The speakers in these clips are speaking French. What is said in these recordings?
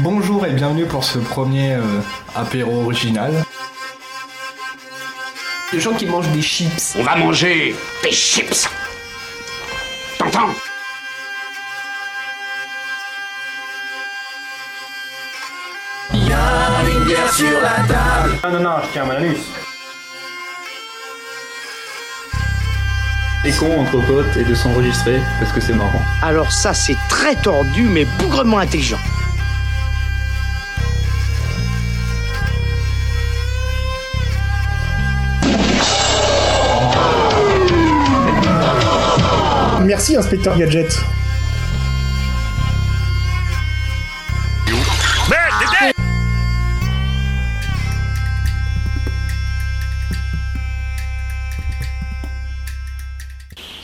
Bonjour et bienvenue pour ce premier euh, apéro original. Les gens qui mangent des chips. On va manger des chips. T'entends Il y a une bière sur la table. Non, non, non, je tiens mon anus. C'est con entre potes et de s'enregistrer parce que c'est marrant. Alors ça, c'est très tordu mais bougrement intelligent. Merci, inspecteur Gadget.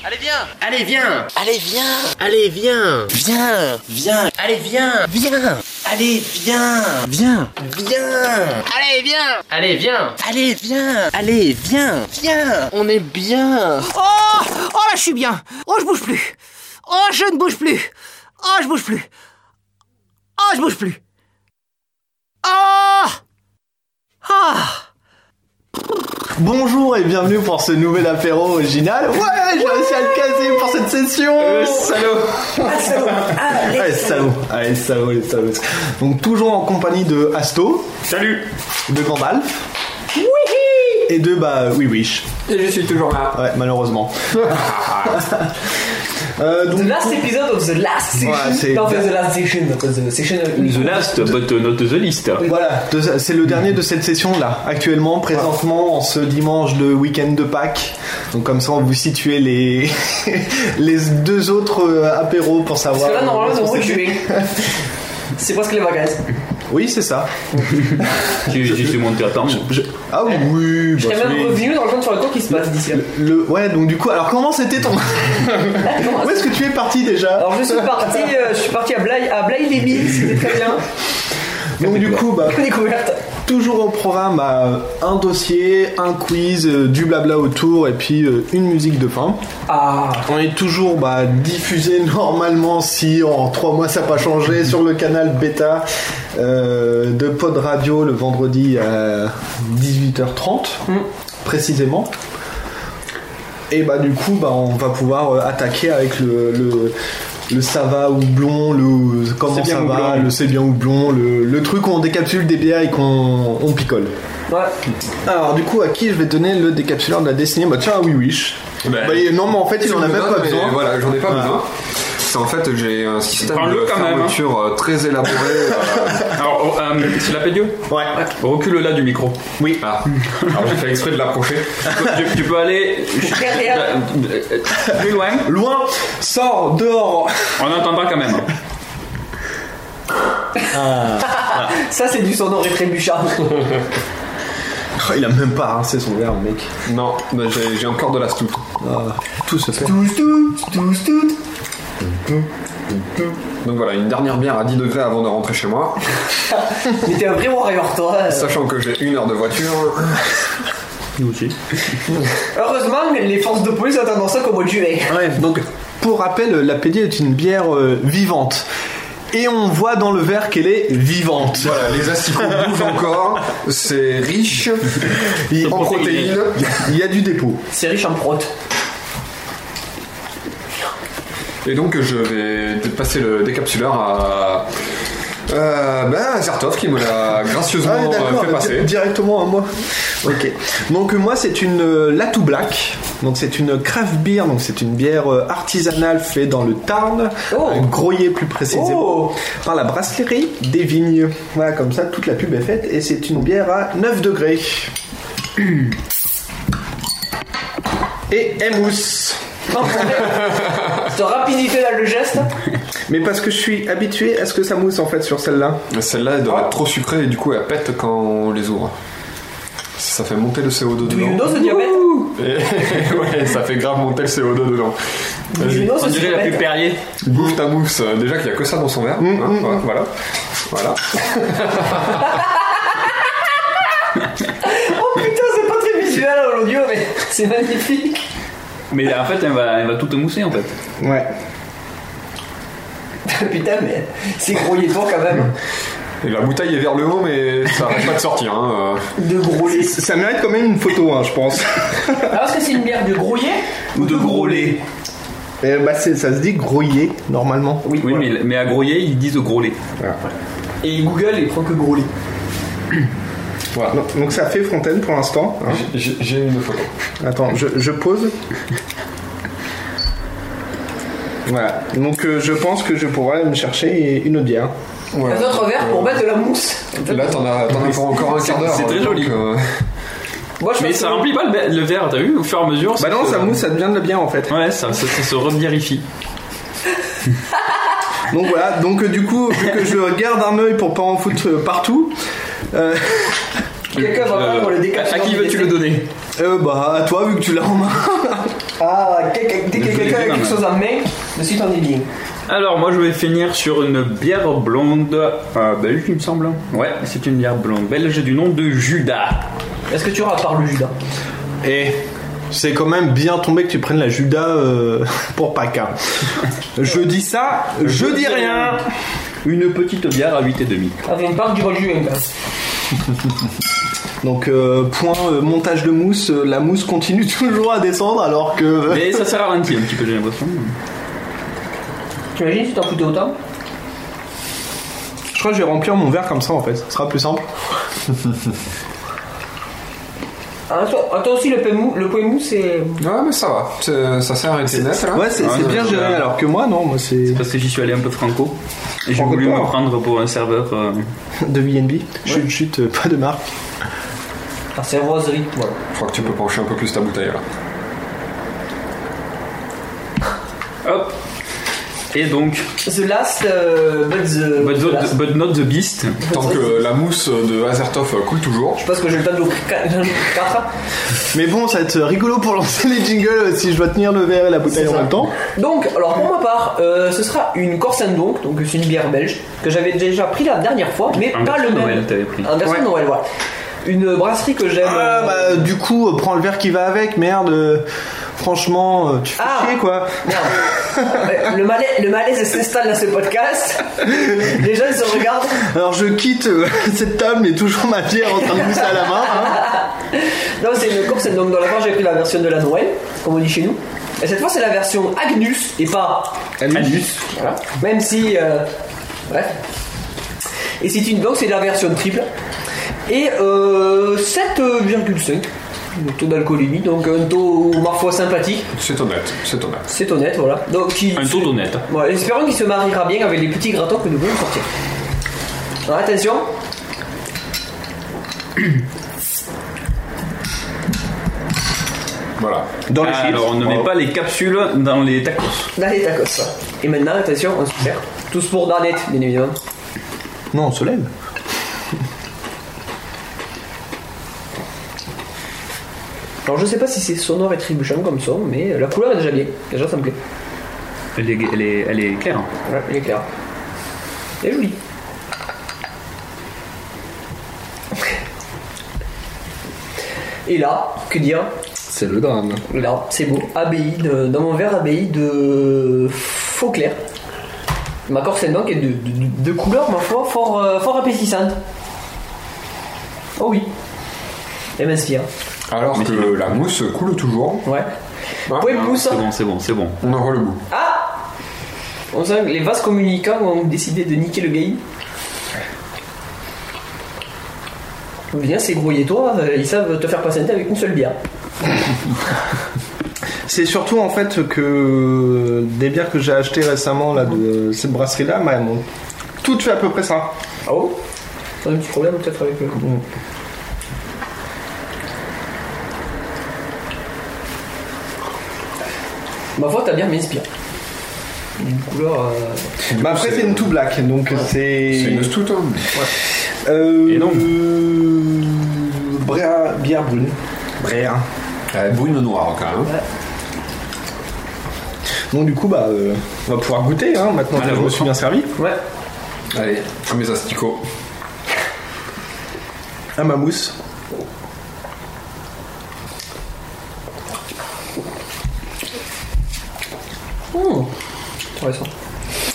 Allez viens Allez viens Allez viens Allez viens Viens Viens Allez viens Viens Allez viens Viens Viens Allez viens Allez viens Allez viens Allez viens Viens On est bien Oh Oh là je suis bien Oh je bouge plus Oh je ne bouge plus Oh je bouge plus Oh je bouge plus Oh Ah Bonjour et bienvenue pour ce nouvel apéro original. Ouais, j'ai réussi à le caser pour cette session. Euh, salaud. Ah, salaud. Ah, les Allez, salaud. Allez, salaud, les salauds. Donc, toujours en compagnie de Asto. Salut De Gandalf. Et de, bah, Oui Wish. Et je suis toujours là. Ouais, malheureusement. Euh, donc, The last episode of the last Ouais, c'est- section. Not of the last section. not of the section of- The last, but not the list. Voilà, de- c'est le dernier de cette session là, actuellement, présentement, en ce dimanche de week-end de Pâques. Donc comme ça, on vous situez les les deux autres euh, apéros pour Parce savoir. que là, normalement, ils euh, ont ce que c'était. reculé. C'est presque les vacances. Oui, c'est ça. J'ai j'ai monté à temps. Je- Ah oui, oui, Je bah, serais même oui. revenu dans le temps sur le temps qui se passe d'ici Ah, là. Le- ouais, donc du coup, alors comment c'était ton Où est-ce que tu es parti déjà Alors, je suis parti, euh, je suis parti à Blaye, à Blaye les Milles, c'était très bien. Donc du coup, bah Que découverte. Toujours au programme, bah, un dossier, un quiz, euh, du blabla autour et puis euh, une musique de fin. Ah. On est toujours bah, diffusé normalement si en trois mois ça n'a pas changé sur le canal bêta euh, de Pod Radio le vendredi à 18h30 Mm. précisément. Et bah du coup bah, on va pouvoir euh, attaquer avec le, le, le ça va ou blond, le comment C'est bien ça ou va, blond. le c'est bien ou blond, le, le truc où on décapsule des bières et qu'on on picole. Ouais. Alors du coup à qui je vais donner le décapsuleur de la destinée Bah tiens à Oui Wish. Ben, Bah, il- non mais en fait il en a même pas mais besoin. Voilà, j'en ai pas Voilà. besoin. C'est en fait, j'ai un système Parle-le de quand même, hein. fermeture euh, très élaboré. euh, Alors, oh, euh, c'est la pédio Ouais. Recule là du micro. Oui. ah. Alors j'ai fait exprès de l'approcher. tu, tu peux aller. euh, Derrière. Plus loin. Loin, sors dehors. On n'entend pas quand même. Ça, c'est du sonore et trébuchard. il a même pas rincé son verre, mec. Non, ben, j'ai j'ai encore de la stoute. Ah, Tout se fait. Tous, tous, tous, tous. Donc voilà, une dernière bière à 10 degrés avant de rentrer chez moi, Mais t'es un vrai warrior, toi. sachant que j'ai une heure de voiture. Nous aussi. Heureusement, les forces de police attendent ça comme au juillet. Ouais, donc pour rappel, la PD est une bière euh, vivante. Et on voit dans le verre qu'elle est vivante. Voilà, les asticots bougent encore, c'est riche Il- en protéines. Il y a du dépôt. C'est riche en prot. Et donc je vais passer le décapsuleur à. Euh, ben, à Zertov qui me l'a gracieusement Ah, euh, d'accord, fait passer. di- directement à moi. Ok. Donc euh, moi c'est une euh, Latou Black. Donc c'est une craft beer. Donc c'est une bière euh, artisanale faite dans le Tarn, Oh. à Groyer plus précisément, par la brasserie des Vignes. Voilà comme ça toute la pub est faite et c'est une bière à 9 degrés. Et elle mousse. De rapidité là, le geste. Mais parce que je suis habitué à ce que ça mousse en fait sur celle-là. Ah. Celle-là, elle doit être trop sucrée et du coup, elle pète quand on les ouvre. Ça fait monter le CO2 Do you dedans. know the diabète Et- ouais, ça fait grave monter le CO2 dedans. Do you know On the dirait la plus diabète perrier. Bouffe ta mousse. Euh, Déjà qu'il n'y a que ça dans son verre. hein, ouais, Voilà. Voilà. Oh putain, c'est pas très visuel à l'audio, mais c'est magnifique. Mais en fait, elle va, elle va tout mousser en fait. Ouais. putain, mais c'est gros toi quand même. hein, Et la bouteille est vers le haut, mais ça arrête pas de sortir. Hein. De gros lait. Ça mérite quand même une photo, hein, je pense. Alors, est-ce que c'est une bière de gros lait ou de gros lait Et bah, c'est- ça se dit groyer, normalement. Oui, mais, mais à Groyer, ils disent au gros lait. Et Google, il prend que gros lait. Voilà. Donc, donc ça fait Fontaine pour l'instant. hein. J'ai j'ai une photo. Attends, je, je pose. Voilà. Donc euh, je pense que je pourrais me chercher une autre bière. Ah. Voilà. Un autre verre pour mettre de la mousse. Là, t'en as, t'en as pour encore un quart d'heure. C'est très donc, joli. euh, Moi, je Mais pense ça que- remplit pas le, be- le verre, t'as vu Au fur et à mesure. Bah ça non, se- ça mousse, ça devient de la bière en fait. Ouais, ça, ça- ça se revérifie. Donc voilà, donc euh, du coup, vu que je garde un œil pour pas en foutre euh, partout, euh, Quelqu'un va Euh, prendre le décapsuleur à qui du veux-tu décès. le donner euh, bah à toi vu que tu l'as en main. Ah, quel- quel- dès Je que l'ai quelqu'un a bien, quelque hein. chose en main, de suite on est bien. Alors moi je vais finir sur une bière blonde euh, belge il me semble. Ouais, c'est une bière blonde belge du nom de Judas. Est-ce que tu auras à part le Judas Et Eh, c'est quand même bien tombé que tu prennes la Judas euh, pour Paca. Je dis ça, je dis rien. Une petite bière à 8,5. Avec Ah, une part du hein, Roger Juin. Donc euh, point euh, montage de mousse, euh, la mousse continue toujours à descendre alors que. euh, Mais ça s'est ralenti un petit peu j'ai l'impression. Tu imagines si t'en foutais autant Je crois que je vais remplir mon verre comme ça en fait, ce sera plus simple. Ah, Toi ah, toi aussi, le point mou, le point mou c'est. Ouais, mais ça va. C'est- Ça sert à être net, là. Ouais, c'est Ouais, c'est non, bien mais géré c'est- alors que moi non, moi c'est Parce que j'y suis allé un peu franco. Et j'ai Franco voulu me quoi prendre pour un serveur. euh, de VNB. Chut, chut, euh, pas de marque. Ah, c'est roserie. Voilà. Je crois que tu peux pencher un peu plus ta bouteille, là. Hop Et donc, The last, euh, but the. but, the last. not- but not the beast. Tant que la mousse de Azertov coule toujours. Je pense que je le donne au 4 Mais bon, ça va être rigolo pour lancer les jingles euh, si je dois tenir le verre et la bouteille C'est en ça. même temps. Donc, alors pour ma part, euh, ce sera une Corsen donc, donc c'est une bière belge que j'avais déjà pris la dernière fois, mais En pas version le même. Noël, t'avais pris. En version Ouais. Noël, voilà. Une brasserie que j'aime. Ah, bah, du coup, euh, prends le verre qui va avec, merde. euh, Franchement, euh, tu fais Ah. chier quoi. Merde. le, malaise, le malaise s'installe dans ce podcast. Les jeunes se regardent. Alors je quitte euh, cette table, mais toujours ma bière en train de pousser à la main. hein. Non, c'est une Corsen donc dans la part j'ai pris la version de la Noël, comme on dit chez nous. Et cette fois, c'est la version Agnus et pas Anus. Voilà. Même si. euh, ouais. Et c'est une donc c'est la version triple. Et euh, 7,5 le taux d'alcoolémie, donc un taux parfois sympathique, C'est honnête, c'est honnête. c'est honnête, voilà. Donc, qui, Un tour d'honnête. Bon, espérons qu'il se mariera bien avec les petits grattons que nous voulons sortir. Alors, attention. Voilà. Dans les Ah, chips. alors on ne met Bravo. pas les capsules dans les tacos. Dans les tacos. voilà. Et maintenant, attention, on se sert. Tous pour Darnette, bien évidemment. Non, on se lève. Alors, je sais pas si c'est sonore et trébuchant comme son, mais la couleur est déjà bien. Déjà, ça me plaît. Elle est, elle est- elle est claire. Voilà, il est clair. Elle est jolie. Et là, que dire C'est le drame. Là, c'est beau. Abbaye, de- dans mon verre abbaye de Fauclair. Ma corset donc est de, de, de couleur, ma foi, fort, euh, fort appétissante. Oh oui. Eh Elle m'inspire. Alors que la mousse coule toujours. Ouais. Ah, Ouais, mousse. C'est bon, c'est bon, c'est bon. On en voit le goût. Ah On sent que les vases communicants ont décidé de niquer le gay. Viens, c'est grouiller toi, euh, ils savent te faire patienter avec une seule bière. C'est surtout en fait que des bières que j'ai achetées récemment là, de cette brasserie-là bah, elles m'ont toutes fait à peu près ça. Ah oh T'as un petit problème peut-être avec le. Ma foi, ta bière m'inspire. Une couleur. euh, Bah, après, c'est une tout black, donc c'est. C'est une stout. hein. Euh, Et non. euh, Bréa- bière brune. Bréa. Euh, brune noire, quand même. Donc, du coup, bah, euh, on va pouvoir goûter hein, maintenant Ah, que la je me vôtre. suis bien servi. Ouais. Allez, mes asticots. À ma mousse. Oh Intéressant.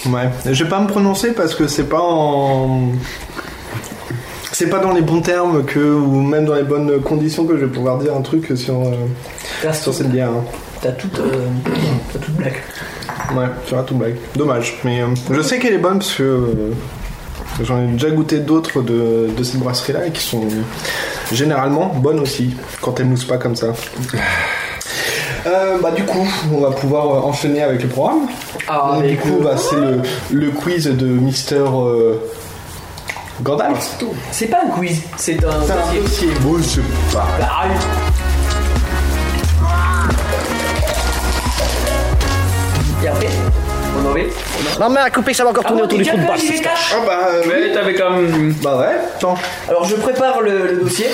Ouais. Je vais pas me prononcer parce que c'est pas en. c'est pas dans les bons termes que, ou même dans les bonnes conditions que je vais pouvoir dire un truc sur, euh, sur cette bière. hein. T'as toute, euh, t'as toute blague. Ouais, sur la tout blague. Dommage. Mais euh, je sais qu'elle est bonne parce que euh, j'en ai déjà goûté d'autres de, de cette brasserie-là et qui sont généralement bonnes aussi quand elles moussent pas comme ça. Euh, bah du coup, on va pouvoir euh, enchaîner avec le programme. Ah, du coup, bah, c'est le, le quiz de Mister euh, Gandalf. C'est pas un quiz, Ah, c'est un. C'est un dossier. Bon, je sais pas. Arrête. Et après, on en va. Non mais à couper, ça va encore Ah tourner bon, autour du les trou de gars, balle. il les cache. bah Mais t'avais quand même. Bah ouais, attends. Alors je prépare le, le dossier.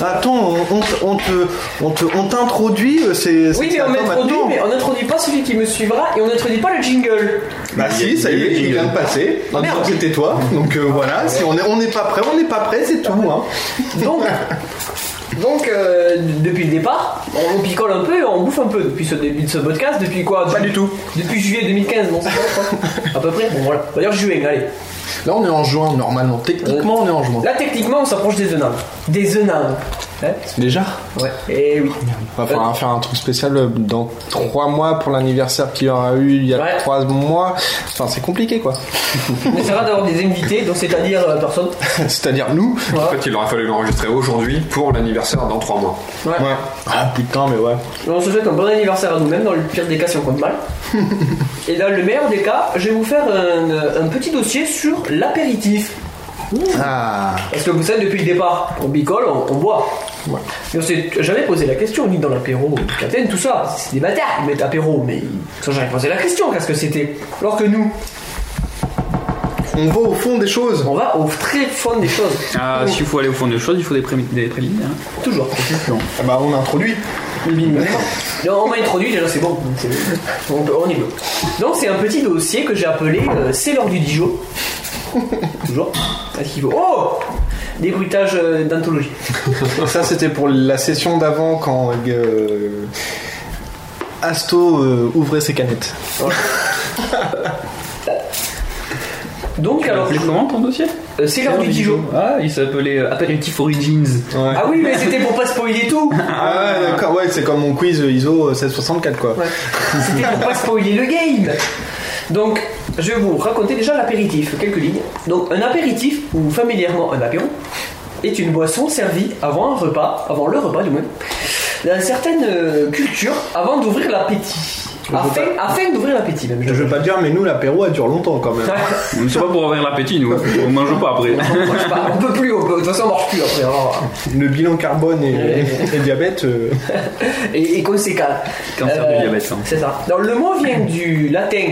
Attends, on, on te- on te, on te- on t'introduit, euh, c'est. Oui, c'est- mais on attends, m'introduit, maintenant. mais on n'introduit pas celui qui me suivra et on n'introduit pas le jingle. Bah si, ça y est, il vient de passer. En Merde. disant que c'était toi. Donc euh, voilà, si on est, on n'est pas prêt, on n'est pas prêt, c'est tout. Hein. Donc, donc euh, depuis le départ, on, on picole un peu et on bouffe un peu depuis ce début de ce podcast. Depuis quoi Pas du tout. Depuis juillet 2015, non, c'est pas quoi À peu près, bon voilà. On va dire juin, allez. Là, on est en juin, normalement. Techniquement, on est en juin. Là, techniquement, on s'approche des œufs nains. Des œufs nains. Hein Déjà ouais, et oui. On va falloir faire un truc spécial euh, dans 3 mois pour l'anniversaire qu'il y aura eu il y a Ouais. 3 mois. Enfin, c'est compliqué quoi. On essaiera d'avoir des invités, donc c'est-à-dire euh, personne. C'est-à-dire nous. En fait, il aurait fallu l'enregistrer aujourd'hui pour l'anniversaire dans 3 mois. Ouais. Ouais. Ah putain, mais ouais. Et On se souhaite un bon anniversaire à nous-mêmes, dans le pire des cas si on compte mal. Et dans le meilleur des cas, je vais vous faire un, un petit dossier sur l'apéritif. Ah. Parce que vous savez, depuis le départ, on bicole, on, on boit. Ouais. Mais on s'est jamais posé la question, ni dans l'apéro, ni capitaine, tout ça. C'est des bâtards, ils mettent apéro, mais ils n'ont jamais posé la question, qu'est-ce que c'était. Alors que nous, On va au fond des choses. on va au très fond des choses. Ah, s'il faut aller au fond des choses, il faut des, pré- des préliminaires. Toujours. Ah bah, on introduit. Non, on m'a introduit, déjà c'est bon. C'est- On, peut- on y va. Donc c'est un petit dossier que j'ai appelé euh, C'est l'heure du Dijon. Toujours. Parce qu'il faut- Oh Des bruitages euh, d'anthologie. Ça, c'était pour la session d'avant quand euh, Asto euh, ouvrait ses canettes. Donc Tu l'as alors, appelé comment ton dossier euh, c'est l'heure du Dijon. Ah, il s'appelait euh, Aperitif Origins. Ouais. Ah oui, mais c'était pour pas spoiler tout. Ah ouais, d'accord, ouais, c'est comme mon quiz ISO 1664 quoi. Ouais. C'était pour pas spoiler le game. Donc, je vais vous raconter déjà l'apéritif, quelques lignes. Donc, un apéritif, ou familièrement un apéro, est une boisson servie avant un repas, avant le repas du moins, dans certaines euh, cultures, avant d'ouvrir l'appétit. Afin, afin d'ouvrir l'appétit, même. Je veux pas dire, mais nous l'apéro elle dure longtemps quand même. On ne sait pas pour ouvrir l'appétit, nous. On mange pas après. On mange pas, on peut plus, on peut- de toute façon on marche plus après. alors. Le bilan carbone et, Ouais. et diabète. euh, et, et conséquent. Euh, Cancer du diabète, hein. C'est ça. Alors, le mot vient du latin.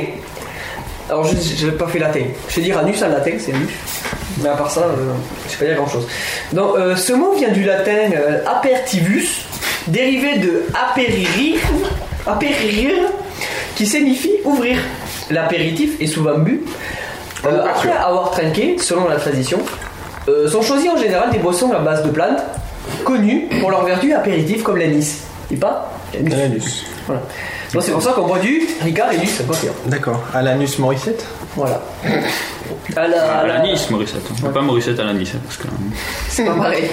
Alors, je n'ai pas fait latin. Je vais dire anus en latin, c'est anus. Mais à part ça, euh, je ne vais pas dire grand-chose. Donc, euh, ce mot vient du latin euh, apertivus, dérivé de apéririr, apéririr, qui signifie ouvrir. L'apéritif est souvent bu. euh, après avoir trinqué, selon la tradition, Euh, sont choisis en général des boissons à base de plantes, connues pour leur vertu apéritive comme l'anis. Et pas L'anus. L'anus. Voilà. Donc c'est pour ça qu'on boit du Ricard et du Saint-Pierre. D'accord. À l'anus Morissette Voilà. À la, À à la la- Nice, Morissette. Pas Morissette à la Nice, hein, parce que. C'est pas pareil.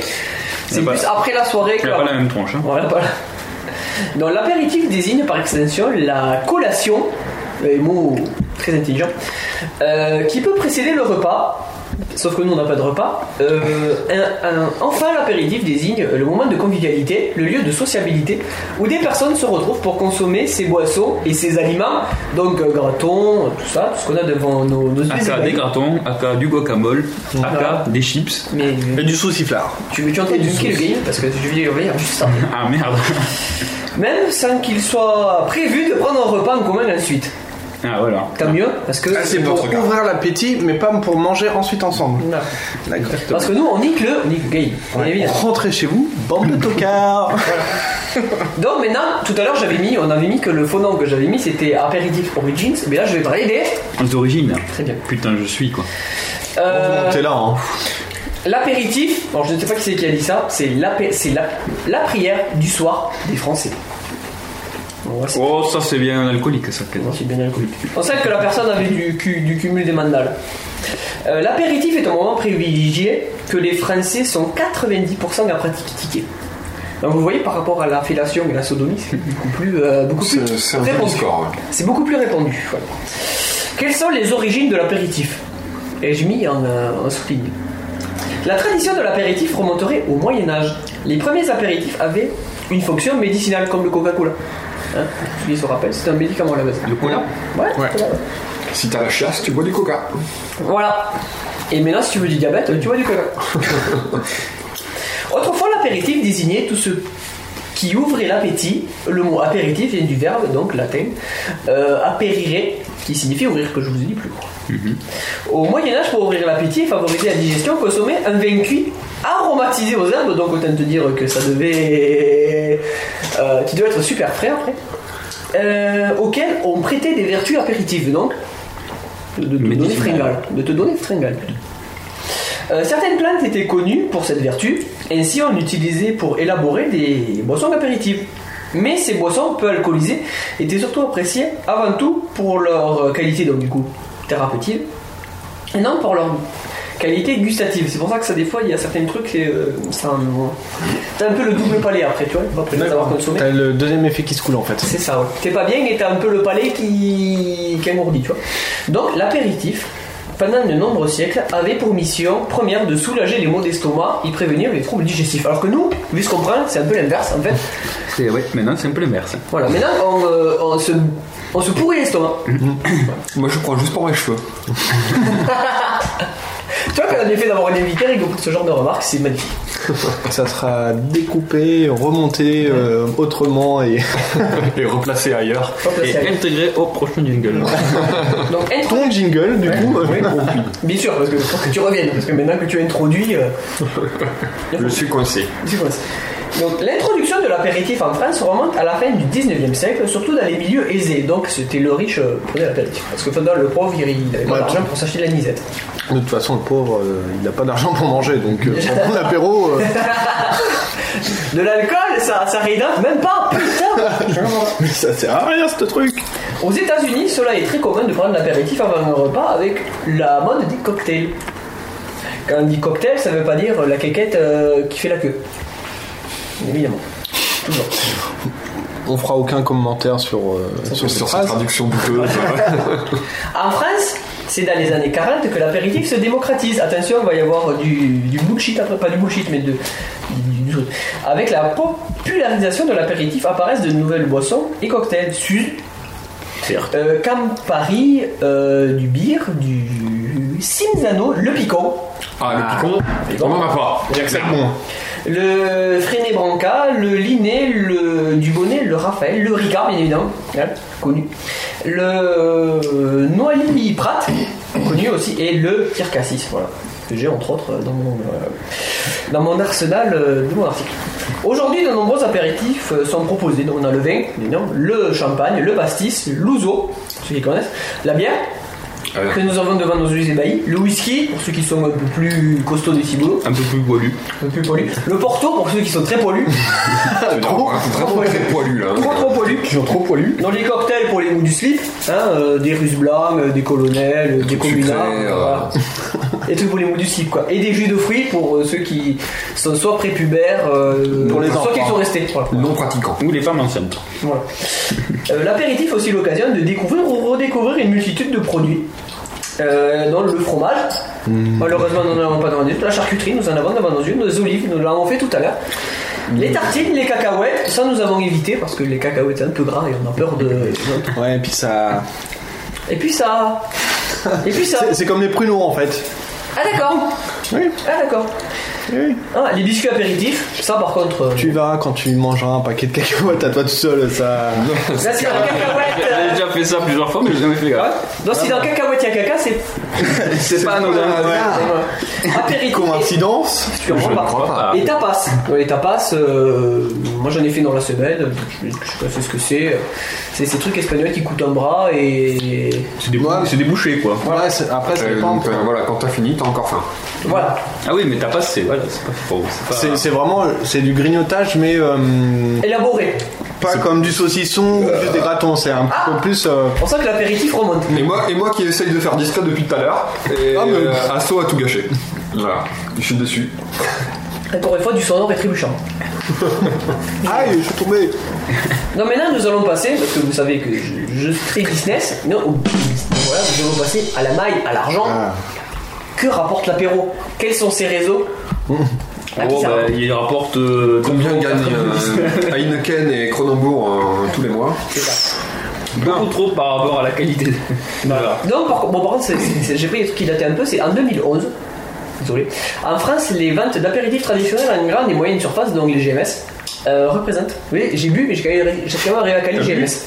C'est pas- plus après la soirée Il que a la- pas la même tronche. hein. Voilà, pas la- Donc l'apéritif désigne par extension la collation, un mot très intelligent, euh, qui peut précéder le repas. Sauf que nous on n'a pas de repas. Euh, un- un- enfin, l'apéritif désigne le moment de convivialité, le lieu de sociabilité où des personnes se retrouvent pour consommer ces boissons et ces aliments, donc euh, gratons, tout ça, tout ce qu'on a devant nos, nos yeux. Aka Ah, des cartons, aka du guacamole, aka des chips. Mais Et du sauciflard. tu veux tu es en train de niquer le game parce que je vais y revenir juste ça. Ah merde. Même sans qu'il soit prévu de prendre un repas en commun ensuite. Ah voilà. Tant mieux, parce que. Ah, C'est pour ouvrir l'appétit, mais pas pour manger ensuite ensemble. Non. D'accord. Parce que nous, on nique le, on nique le game, bien évidemment. Rentrez chez vous, bande de tocards Euh, Donc maintenant, tout à l'heure, j'avais mis, on avait mis que le faux nom que j'avais mis, c'était Aperitif Origins, mais là, je vais parler des. D'origine. Très bien. Putain, je suis quoi. Euh, T'es là, hein. l'apéritif, alors je ne sais pas qui c'est qui a dit ça, c'est l'apé- c'est la, la prière du soir des Français. Bon, voilà, c'est- Oh, ça c'est bien alcoolique ça. Moi, c'est bien alcoolique. On sait que la personne avait du, cu- du cumul des mandales. Euh, L'apéritif est un moment privilégié que les Français sont 90% à pratiquer. Donc vous voyez, par rapport à la fellation et la sodomie, c'est beaucoup plus, euh, beaucoup plus C'est un peu répandu. score, ouais. C'est beaucoup plus répandu. voilà. Quelles sont les origines de l'apéritif Ai-je mis en, euh, en souligne. La tradition de l'apéritif remonterait au Moyen Âge. Les premiers apéritifs avaient une fonction médicinale comme le Coca-Cola. Hein, celui se rappelle, c'est un médicament à la base. Le cola Ouais. cola, ouais. Si t'as la chasse, tu bois du coca. Voilà. Et maintenant, si tu veux du diabète, tu vois du coca. Autrefois, l'apéritif désignait tout ce qui ouvrait l'appétit. Le mot apéritif vient du verbe, donc latin, euh, apérire, qui signifie ouvrir, que je vous ai dit plus haut. Au Moyen-Âge, pour ouvrir l'appétit et favoriser la digestion, consommer un vin cuit aromatisé aux herbes, donc autant te dire que ça devait. euh, qui devait être super frais après. euh, auquel on prêtait des vertus apéritives, donc. De, de te donner Médicinal. fringale. De te donner fringale. Euh, certaines plantes étaient connues pour cette vertu, ainsi on utilisait pour élaborer des boissons apéritives. Mais ces boissons peu alcoolisées étaient surtout appréciées avant tout pour leur euh, qualité, donc du coup thérapeutique, et non pour leur qualité gustative. C'est pour ça que ça, des fois, il y a certains trucs, et, euh, ça, euh, t'as un peu le double palais après, tu vois, après avoir consommé. T'as le deuxième effet qui se coule en fait. C'est ça, ouais. T'es pas bien et t'as un peu le palais qui, qui engourdit, tu vois. Donc, l'apéritif, pendant de nombreux siècles, avait pour mission première de soulager les maux d'estomac et prévenir les troubles digestifs. Alors que nous, vu ce qu'on prend, c'est un peu l'inverse, en fait. C'est ouais, maintenant c'est un peu l'inverse. Voilà, maintenant, on, euh, on se, on se pourrit l'estomac. Moi, je prends juste pour mes cheveux. Tu vois, quand on est fait d'avoir un invité et ce genre de remarques, c'est magnifique. Ça sera découpé, remonté euh, autrement et. et replacé ailleurs. Et intégré au prochain jingle. Donc, intro- Ton jingle, du coup. euh, Bien sûr, parce que faut que tu reviennes, parce que maintenant que tu as introduit. euh, Je suis coincé. C'est quoi ça Donc l'introduction de l'apéritif en France remonte à la fin du 19e siècle, surtout dans les milieux aisés. Donc c'était le riche euh, prenait l'apéritif. Parce que pendant le pauvre, il il avait pas Ouais, d'argent tout. pour s'acheter de la misette. De toute façon, le pauvre, euh, il n'a pas d'argent pour manger, donc euh, pour prendre l'apéro. euh, De l'alcool, ça, ça réhydrate même pas, putain ça sert à rien ce truc. Aux États-Unis, cela est très commun de prendre l'apéritif avant un repas avec la mode des cocktails. Quand on dit cocktail, ça veut pas dire la quéquette euh, qui fait la queue. Évidemment. Toujours. On fera aucun commentaire sur, euh, sur Sur, cette sur cette phrase. traduction douteuse. En France, c'est dans les années 40 que l'apéritif se démocratise. Attention, il va y avoir du, du bullshit après, pas du bullshit, mais de. du- du- Avec la popularisation de l'apéritif apparaissent de nouvelles boissons et cocktails. Suze, euh, Campari, euh, du beer, du Cinzano, le picon, Ah, le picon, on n'en a pas. Il y a que ça. le Freiné Branca, le Liné, le Dubonnet, le Raphaël, le Ricard, bien évidemment, hein, connu, le euh, Noailly Prat, connu aussi, et le Kirkassis, voilà, que j'ai entre autres euh, dans mon, euh, dans mon arsenal euh, de mon article. Aujourd'hui, de nombreux apéritifs euh, sont proposés, donc on a le vin, bien évidemment, le champagne, le pastis, l'ouzo, ceux qui connaissent, la bière, Euh. que nous avons devant nos yeux ébahis, le whisky, pour ceux qui sont un peu plus costauds du ciboulot, Un peu plus poilu. le plus pollu. Le Porto, pour ceux qui sont très pollus. Trop, Ah, vraiment très poilu hein. là. trop trop pollus. Trop poilu. Dans les cocktails pour les mous du slip, hein, euh, des russes blancs, euh, des colonels, euh, des trucs communards, sucrés, euh. voilà. et tout pour les mous du slip quoi. Et des jus de fruits pour euh, ceux qui sont soit prépubères, euh, Pour les soit enfants. qui sont restés. Voilà. Non pratiquant. Ou les femmes enceintes. Voilà. Euh, L'apéritif aussi l'occasion de découvrir ou redécouvrir une multitude de produits. Euh, dont le fromage, malheureusement nous n'en avons pas devant nous, la charcuterie, nous en avons devant nos yeux, nos olives, nous l'avons fait tout à l'heure. Les tartines, les cacahuètes, ça nous avons évité parce que les cacahuètes c'est un peu gras et on a peur de. Ouais, et puis ça. Et puis ça Et puis ça C'est- C'est comme les pruneaux en fait. Ah d'accord Oui, Ah d'accord oui. Ah, Les biscuits apéritifs, ça par contre. euh, Tu verras quand tu mangeras un paquet de cacahuètes à toi tout seul, ça. Là c'est dans la cacahuète J'ai euh, déjà fait ça plusieurs fois, mais j'ai jamais fait gaffe. Non, si dans cacahuète il y a caca, c'est. C'est pas Ah, anodin. euh, apéritif. Coïncidence Tu en vois pas. pas. Et tapas. Ouais, les tapas, euh, moi j'en ai fait dans la semaine, je, je sais pas ce que c'est. C'est ces trucs espagnols qui coûtent un bras et. C'est des, bou- c'est des bouchées quoi. Voilà, c'est- après ça Euh, dépend. donc, euh, voilà, quand t'as fini, t'as encore faim. Voilà. Ah oui, mais tapas, c'est voilà, c'est pas faux. c'est pas- C'est c'est vraiment c'est du grignotage, mais euh, Élaboré. pas comme du saucisson ou juste des gratons. C'est un peu plus. euh, C'est pour ça que l'apéritif remonte. Et moi, et moi qui essaye de faire discret depuis tout à l'heure, et Ah, mais- euh, Asso a tout gâché. Voilà, je suis déçu. Encore une fois, du sonore et trébuchant. Aïe, je suis tombé. Non, maintenant nous allons passer, parce que vous savez que je, je suis très business, non, au business. voilà, nous allons passer à la maille, à l'argent. Ah. Que rapporte l'apéro Quels sont ses réseaux Ah, Oh, qui ça bah, il rapporte euh, Combien gagne quatre-vingt-dix. euh, Heineken et Cronenbourg euh, tous les mois Beaucoup trop par rapport à la qualité. Voilà. Non, par, contre- bon, par contre, c'est- c'est- c'est- j'ai pris des trucs qui dataient un peu, c'est en 2011. Désolé. En France, les ventes d'apéritifs traditionnels en grande et moyenne surface, donc les GMS, euh, représentent. Oui, j'ai bu, mais j'ai quand même- j'ai quand même arrivé à Cali GMS.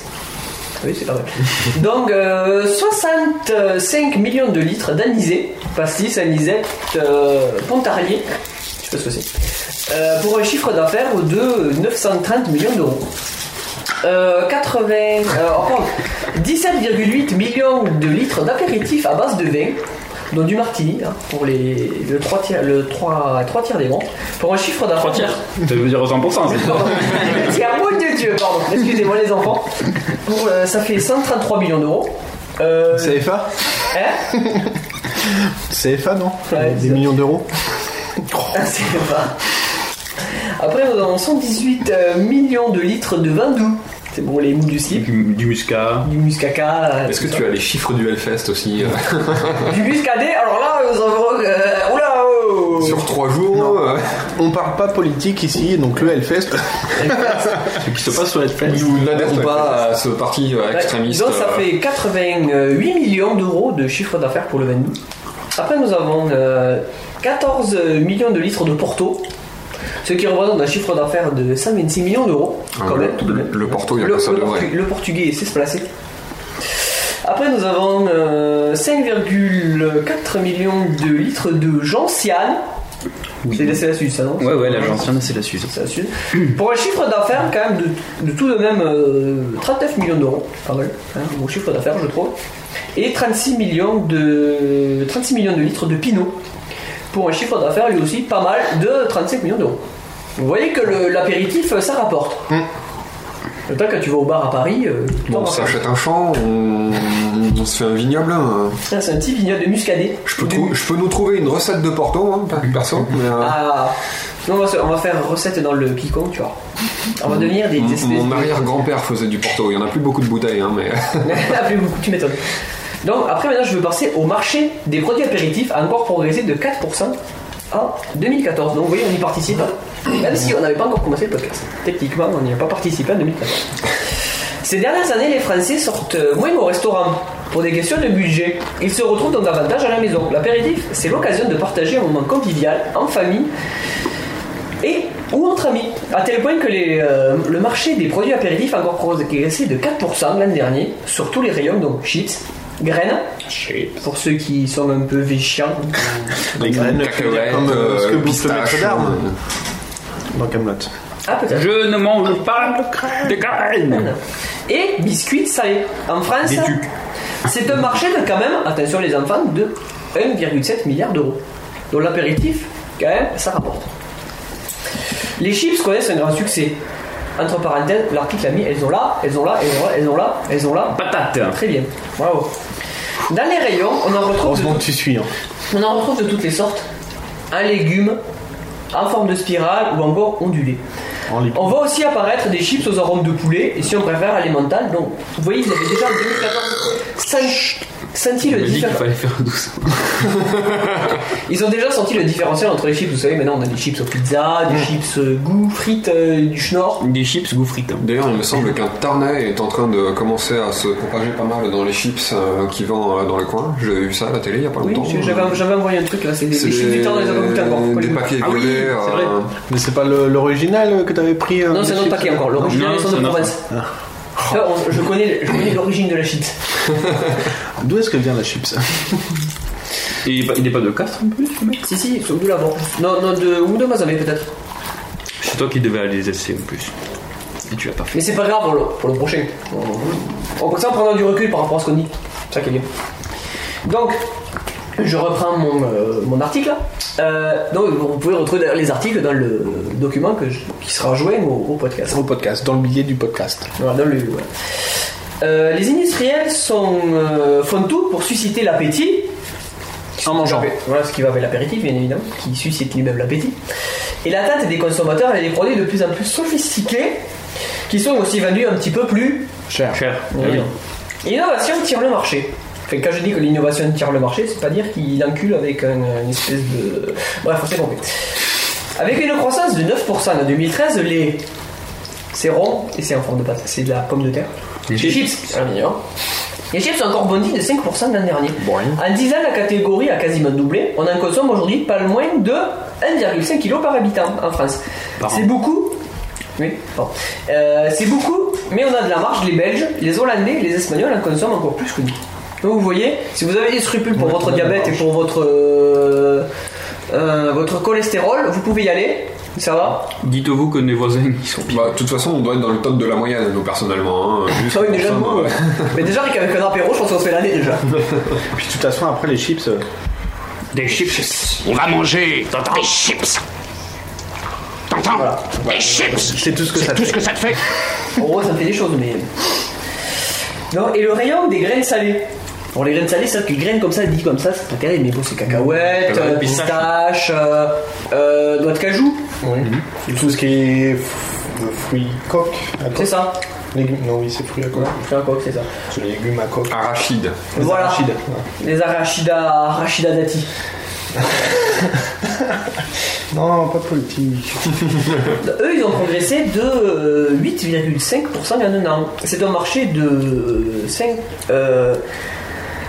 Oui, c'est pas vrai. Donc, euh, 65 millions de litres d'anisée, pastis, anisette, euh, pontarlier, je sais pas ce que c'est, euh, pour un chiffre d'affaires de 930 millions d'euros. Euh, 80, euh, pardon, 17,8 millions de litres d'apéritifs à base de vin, dont du martini, hein, pour les, le 3 tiers, le 3, trois tiers des ventes, pour un chiffre d'affaires. 3 tiers. Ça veut dire 100%, c'est ça Pardon. C'est un boule de Dieu, pardon. Excusez-moi les enfants. Pour, euh, ça fait 133 millions d'euros. Euh, CFA hein CFA, non Euh, Ouais, Des c'est- millions d'euros Ah, c'est pas. Après, nous avons 118 euh, millions de litres de vin doux. C'est pour les mous du slip, Du, du muscat. du muscaca. euh, Est-ce que tout tu as les chiffres du Hellfest aussi euh, ça. Du muscadet, alors là, nous avons. euh, oula, oh Sur 3 jours euh, On parle pas politique ici, donc le Hellfest. Ce qui se passe sur la fête. Nous n'adhérons pas Bah, à ce parti euh, extrémiste. Donc ça euh, fait 88 millions d'euros de chiffre d'affaires pour le vin doux. Après nous avons euh, 14 millions de litres de Porto, ce qui représente un chiffre d'affaires de 126 millions d'euros. Quand le- même, tout de même. Ah le Porto, il y a le, que ça le de vrai. Portu- le portugais sait se placer. Après nous avons euh, 5,4 millions de litres de gentiane. C'est c'est la Suisse, ça, non Ouais, ouais, la gentiane, c'est la Suisse. ça assume. Pour un chiffre d'affaires quand même de, de tout de même euh, 39 millions d'euros, pas mal, hein, bon chiffre d'affaires je trouve, et 36 millions de 36 millions de litres de Pinot pour un chiffre d'affaires lui aussi pas mal de 35 millions d'euros. Vous voyez que le- l'apéritif euh, ça rapporte. Mm. Le temps que tu vas au bar à Paris, euh, tu t'en On rapportes. s'achète un champ, on, on se fait un vignoble. hein. Tiens, c'est un petit vignoble de muscadet. Je peux, trou- je peux nous trouver une recette de Porto, hein, per- perso. mais, euh, Ah, sinon, on va, se- on va faire recette dans le picon, tu vois. On va devenir des, des espèces Mm. mon de- arrière-grand-père faisait du Porto. Il y en a plus beaucoup de bouteilles, hein, mais. Plus beaucoup, tu m'étonnes. Donc après maintenant je veux passer au marché des produits apéritifs a encore progressé de 4% en 2014. Donc vous voyez on y participe, hein. même si on n'avait pas encore commencé le podcast. Techniquement on n'y a pas participé en 2014. Ces dernières années les Français sortent euh, moins au restaurant pour des questions de budget. Ils se retrouvent donc davantage à la maison. L'apéritif c'est l'occasion de partager un moment convivial en famille et ou entre amis. À tel point que les, euh, le marché des produits apéritifs a encore progressé de 4% l'an dernier sur tous les rayons, donc chips, graines, pour ceux qui sont un peu véchiants. Les graines, Cacahuètes, comme euh, ce que euh, bouffe le pistache, maître d'armes dans Camelot. Ah, peut-être. Je ne mange pas de graines. Et biscuits salés. En France, Des tucs. c'est un marché de quand même, attention les enfants, de 1,7 milliard d'euros. Donc l'apéritif, quand même, ça rapporte. Les chips connaissent un grand succès. Entre parenthèses, l'article a mis elles ont là, elles ont là, elles ont là, elles ont là, elles ont là. Patate. Très bien, bravo. Dans les rayons, on en retrouve, Heureusement de, que tu suis. hein. on en retrouve de toutes les sortes. Un légume en forme de spirale ou encore ondulé. En libre. On voit aussi apparaître des chips aux arômes de poulet et si on préfère alimental. Donc, vous voyez, ils avaient déjà en 2014 sen- senti le Il m'a dit qu'il différen- fallait faire doucement. Ils ont déjà senti le différentiel entre les chips. Vous savez, maintenant on a des chips aux pizzas, Mm. des chips euh, goût, frites, euh, du schnorr. Des chips hein. goût frites. D'ailleurs, il me semble qu'un Tarnais est en train de commencer à se propager pas mal dans les chips euh, qui vend euh, dans le coin. J'ai vu ça à la télé il y a pas Oui, longtemps. j'ai- j'avais j'avais envoyé un truc là, c'est des, euh, C'est des chips du temps, on les a pas goûté encore. Faut pas les des goûter. paquets Ah oui, volés, c'est vrai. euh, Mais c'est pas le- l'original que t'avais pris euh, Non, des c'est un autre chips, paquet là encore. L'original, Non, ils sont c'est de un autre. province. Ah. Ça, on- je connais, je connais l'origine de la chips. D'où est-ce que vient la chips Et il est pas- il n'est pas de Castres en plus Si, si, ils sont d'où l'avant Non, non, de, ou de Mazamet peut-être. C'est toi qui devais aller les essayer en plus. Et tu l'as pas fait. Mais c'est pas grave pour le, pour le prochain. On- On comme ça, on prendra du recul par rapport à ce qu'on dit. C'est ça qui est bien. Donc, Je reprends mon, euh, mon article. là. Euh, donc vous pouvez retrouver d'ailleurs les articles dans le document que je- qui sera joint au, au podcast. Au podcast, dans le billet du podcast. Voilà, dans le- ouais. Euh, les industriels sont, euh, font tout pour susciter l'appétit. En mangeant. Voilà ce qui va avec l'apéritif, bien évidemment, qui suscite lui-même l'appétit. Et l'attente des consommateurs est des produits de plus en plus sophistiqués qui sont aussi vendus un petit peu plus Cher. Cher. Ah oui. L'innovation tire le marché. Enfin, quand je dis que l'innovation tire le marché, c'est pas dire qu'il encule avec un- une espèce de. Bref, on s'est compris. Avec une croissance de 9% en 2013, les. C'est rond et c'est en forme de pâte. C'est de la pomme de terre. Les chips, un million. Les chips ont encore bondi de 5% l'an dernier. En 10 ans, la catégorie a quasiment doublé. On en consomme aujourd'hui pas le moins de 1,5 kg par habitant en France. C'est beaucoup. Oui, bon. Euh, c'est beaucoup, mais on a de la marge. Les Belges, les Hollandais, les Espagnols en consomment encore plus que nous. Donc vous voyez, si vous avez des scrupules pour votre diabète et pour votre euh, euh, votre cholestérol, vous pouvez y aller. Ça va Dites-vous que nos voisins, ils sont pires. Bah, de toute façon, on doit être dans le top de la moyenne, nous, personnellement. hein. Juste Ah oui, pour déjà, ça, nous, bah, Mais déjà, avec- avec un apéro, je pense qu'on se fait l'année déjà. Puis de toute façon, après les chips. euh, Des chips. On va manger des chips. T'entends Des chips. C'est tout ce que ça Tout fait. ce que ça te fait. En gros, ça me fait des choses, mais. Non, et le rayon des graines salées. Bon, les graines salées, c'est que les graines comme ça, dit comme ça, c'est pas terrible, mais bon, c'est cacahuètes, Cacahuètes, euh, pistaches, euh, euh, noix de cajou, Et Tout ce qui est f- euh, fruits coques. à c'est coque. ça. Légumes. Non, oui, c'est fruits à coque. C'est un coq, c'est ça. C'est les légumes à coque. Arachide. Les voilà. arachides. Les arachidas, arachida dati. Non, pas politique. Eux, ils ont progressé de euh, 8,5% il y a un an. C'est un marché de 5, euh,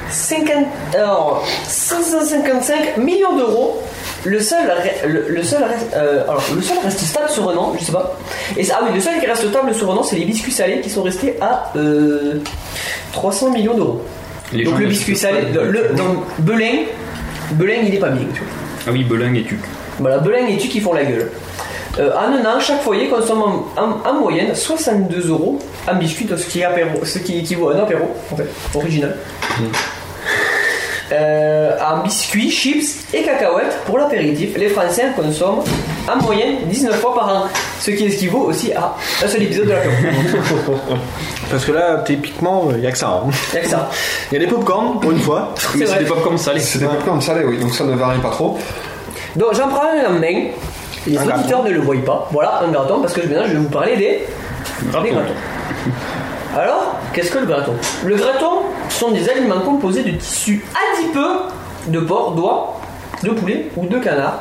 50 alors, 555 millions d'euros. Le seul, re- le, le seul, reste- euh, alors, le seul reste stable sur un an, je sais pas. Et, ça- ah oui, le seul qui reste stable sur un an, c'est les biscuits salés qui sont restés à euh, 300 millions d'euros. Les Donc gens, le ils- biscuit salé, le, donc Belin, Belin il est pas bien. Tu vois. Ah oui, Belin et tu. Voilà, Belin et tu qui font la gueule. Euh, en un an, chaque foyer consomme en, en- en moyenne 62 euros en biscuits, donc ce qui, est apéro- ce qui équivaut à un apéro, en fait, original. Euh, en biscuits, chips et cacahuètes pour l'apéritif, les Français en consomment en moyenne 19 fois par an, ce qui équivaut aussi à un seul épisode de la Cour. Parce que là, typiquement, il n'y a que ça. hein. Y'a que ça. Il y a des popcorn pour une fois. Mais c'est vrai. des popcorn salés. C'est des popcorn salés, oui, donc ça ne varie pas trop. Donc j'en prends un en main. Les Un auditeurs ne le voient pas. Voilà, un graton, parce que maintenant je vais vous parler des, des gratons. Alors, qu'est-ce que le graton Le graton sont des aliments composés de tissus adipeux de porc, d'oie, de poulet ou de canard,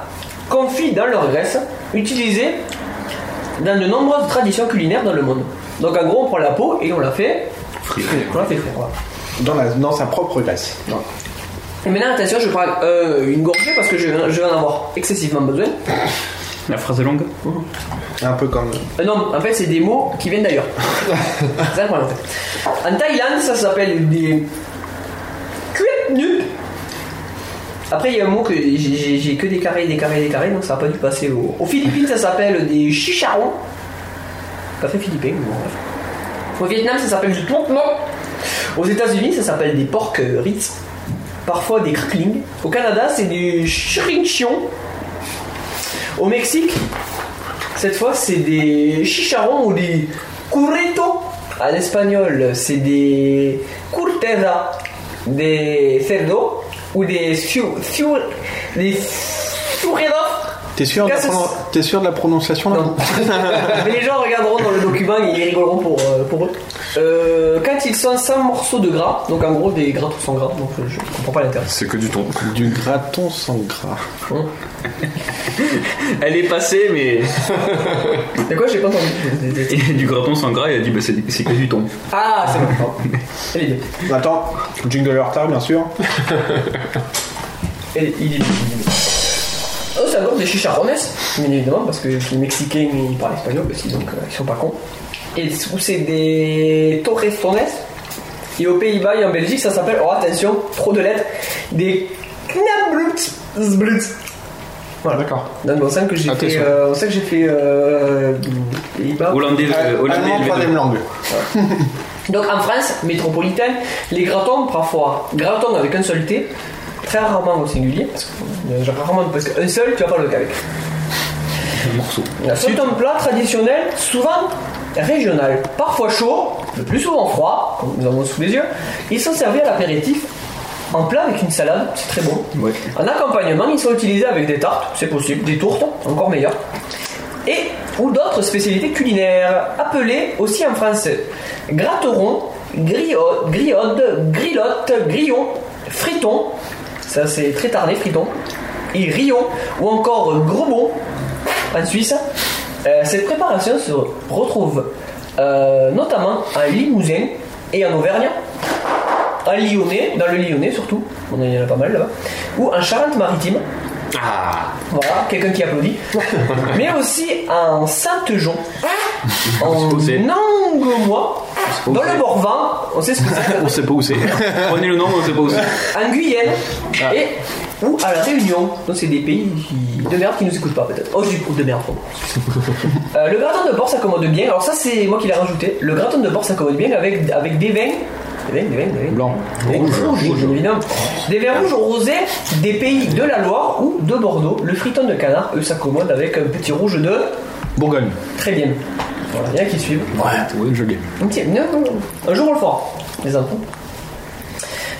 confits dans leur graisse, utilisés dans de nombreuses traditions culinaires dans le monde. Donc en gros, on prend la peau et on la fait frire. On la fait frire, voilà. Dans, la- dans sa propre glace. Et maintenant, attention, je prends euh, une gorgée parce que je, vais- je vais en avoir excessivement besoin. La phrase est longue. Oh, Un peu comme. Euh, non, en fait, c'est des mots qui viennent d'ailleurs. c'est ça le problème, en fait. En Thaïlande, ça s'appelle des. Cuit nu. Après, il y a un mot que j'ai- j'ai j'ai que des carrés, des carrés, des carrés, donc ça n'a pas dû passer au. Aux Philippines, ça s'appelle des chicharrons. Pas fait philippin, mais bon, bref. Au Vietnam, ça s'appelle du tontement. Aux États-Unis, ça s'appelle des porcs euh, Ritz. Parfois des crackling. Au Canada, c'est du chirinchion. Au Mexique, cette fois, c'est des chicharrons ou des curritos. En espagnol, c'est des curteza, des cerdo ou des fiu, fiu, des fiuredos. T'es sûr, de la Cassis. pronon- T'es sûr de la prononciation là Non. Mais les gens regarderont dans le document et ils rigoleront pour, euh, pour eux. Euh, quand ils sont sans morceaux de gras, donc en gros des gras tout sans gras, donc euh, je comprends pas l'intérêt. C'est que du thon. Du graton sans gras. Elle est passée, mais. De quoi j'ai pas entendu Et du graton sans gras, il a dit bah, c'est c'est que du thon. Ah, c'est bon. Elle est bien. Attends, jingle de retard, bien sûr. Elle est- il est bien. il est bien. Oh, c'est encore des chicharrones, bien évidemment, parce que les Mexicains ils parlent espagnol aussi, donc euh, ils sont pas cons. Et où c'est des torrestones. Et aux Pays-Bas et en Belgique, ça s'appelle, oh attention, trop de lettres, des knablutzblut. Voilà. D'accord. Donc on sait que j'ai fait, Attention. euh, on sait que j'ai fait euh, Pays-Bas. Hollandais, euh, hollandais Allemand, élevé troisième de- langue. Donc en France métropolitaine, les gratons parfois gratons avec un seul T, très rarement au singulier, parce que, euh, j'ai rarement, parce qu'un seul, tu vas pas le cas avec. Un morceau. C'est un plat traditionnel, souvent régional, parfois chaud, le plus souvent froid, comme nous avons sous les yeux. Ils sont servis à l'apéritif en plat avec une salade, c'est très bon. En accompagnement, ils sont utilisés avec des tartes, c'est possible, des tourtes, encore meilleur, et ou d'autres spécialités culinaires, appelées aussi en français gratteron, griot, griode, grillotte, grillon, friton, ça c'est très tardé, friton, et rion, ou encore grebon en Suisse. Euh, cette préparation se retrouve euh, notamment en Limousin et en Auvergne, en Lyonnais, dans le Lyonnais surtout, on en- il y en a pas mal là-bas, ou en Charente-Maritime. Ah. Voilà, quelqu'un qui applaudit. Mais aussi en Sainte-Jean, Ah. en Angoumois, dans le Morvan, on sait ce que c'est. On sait pas où c'est. Prenez le nom, on sait pas où c'est. en Guyane Ah. et ou à la Réunion. Donc c'est des pays qui- de merde qui nous écoutent pas peut-être. Oh, je dis de merde. pardon. Euh, le gratin de porc ça commande bien. Alors ça c'est moi qui l'ai rajouté. Le gratin de porc ça commande bien avec avec des vins. Des vins, des vins, des vins. Blanc. Des Rouge. vins rouges, bien évidemment. Des vins rouges rosés des pays de la Loire ou de Bordeaux. Le friton de canard, eux, ça commande avec un petit rouge de Bourgogne. Très bien. Voilà, il y en a qui suivent. Ouais, ouais, je gagne. Un petit- non, non, non. Un jour on le fera, les enfants.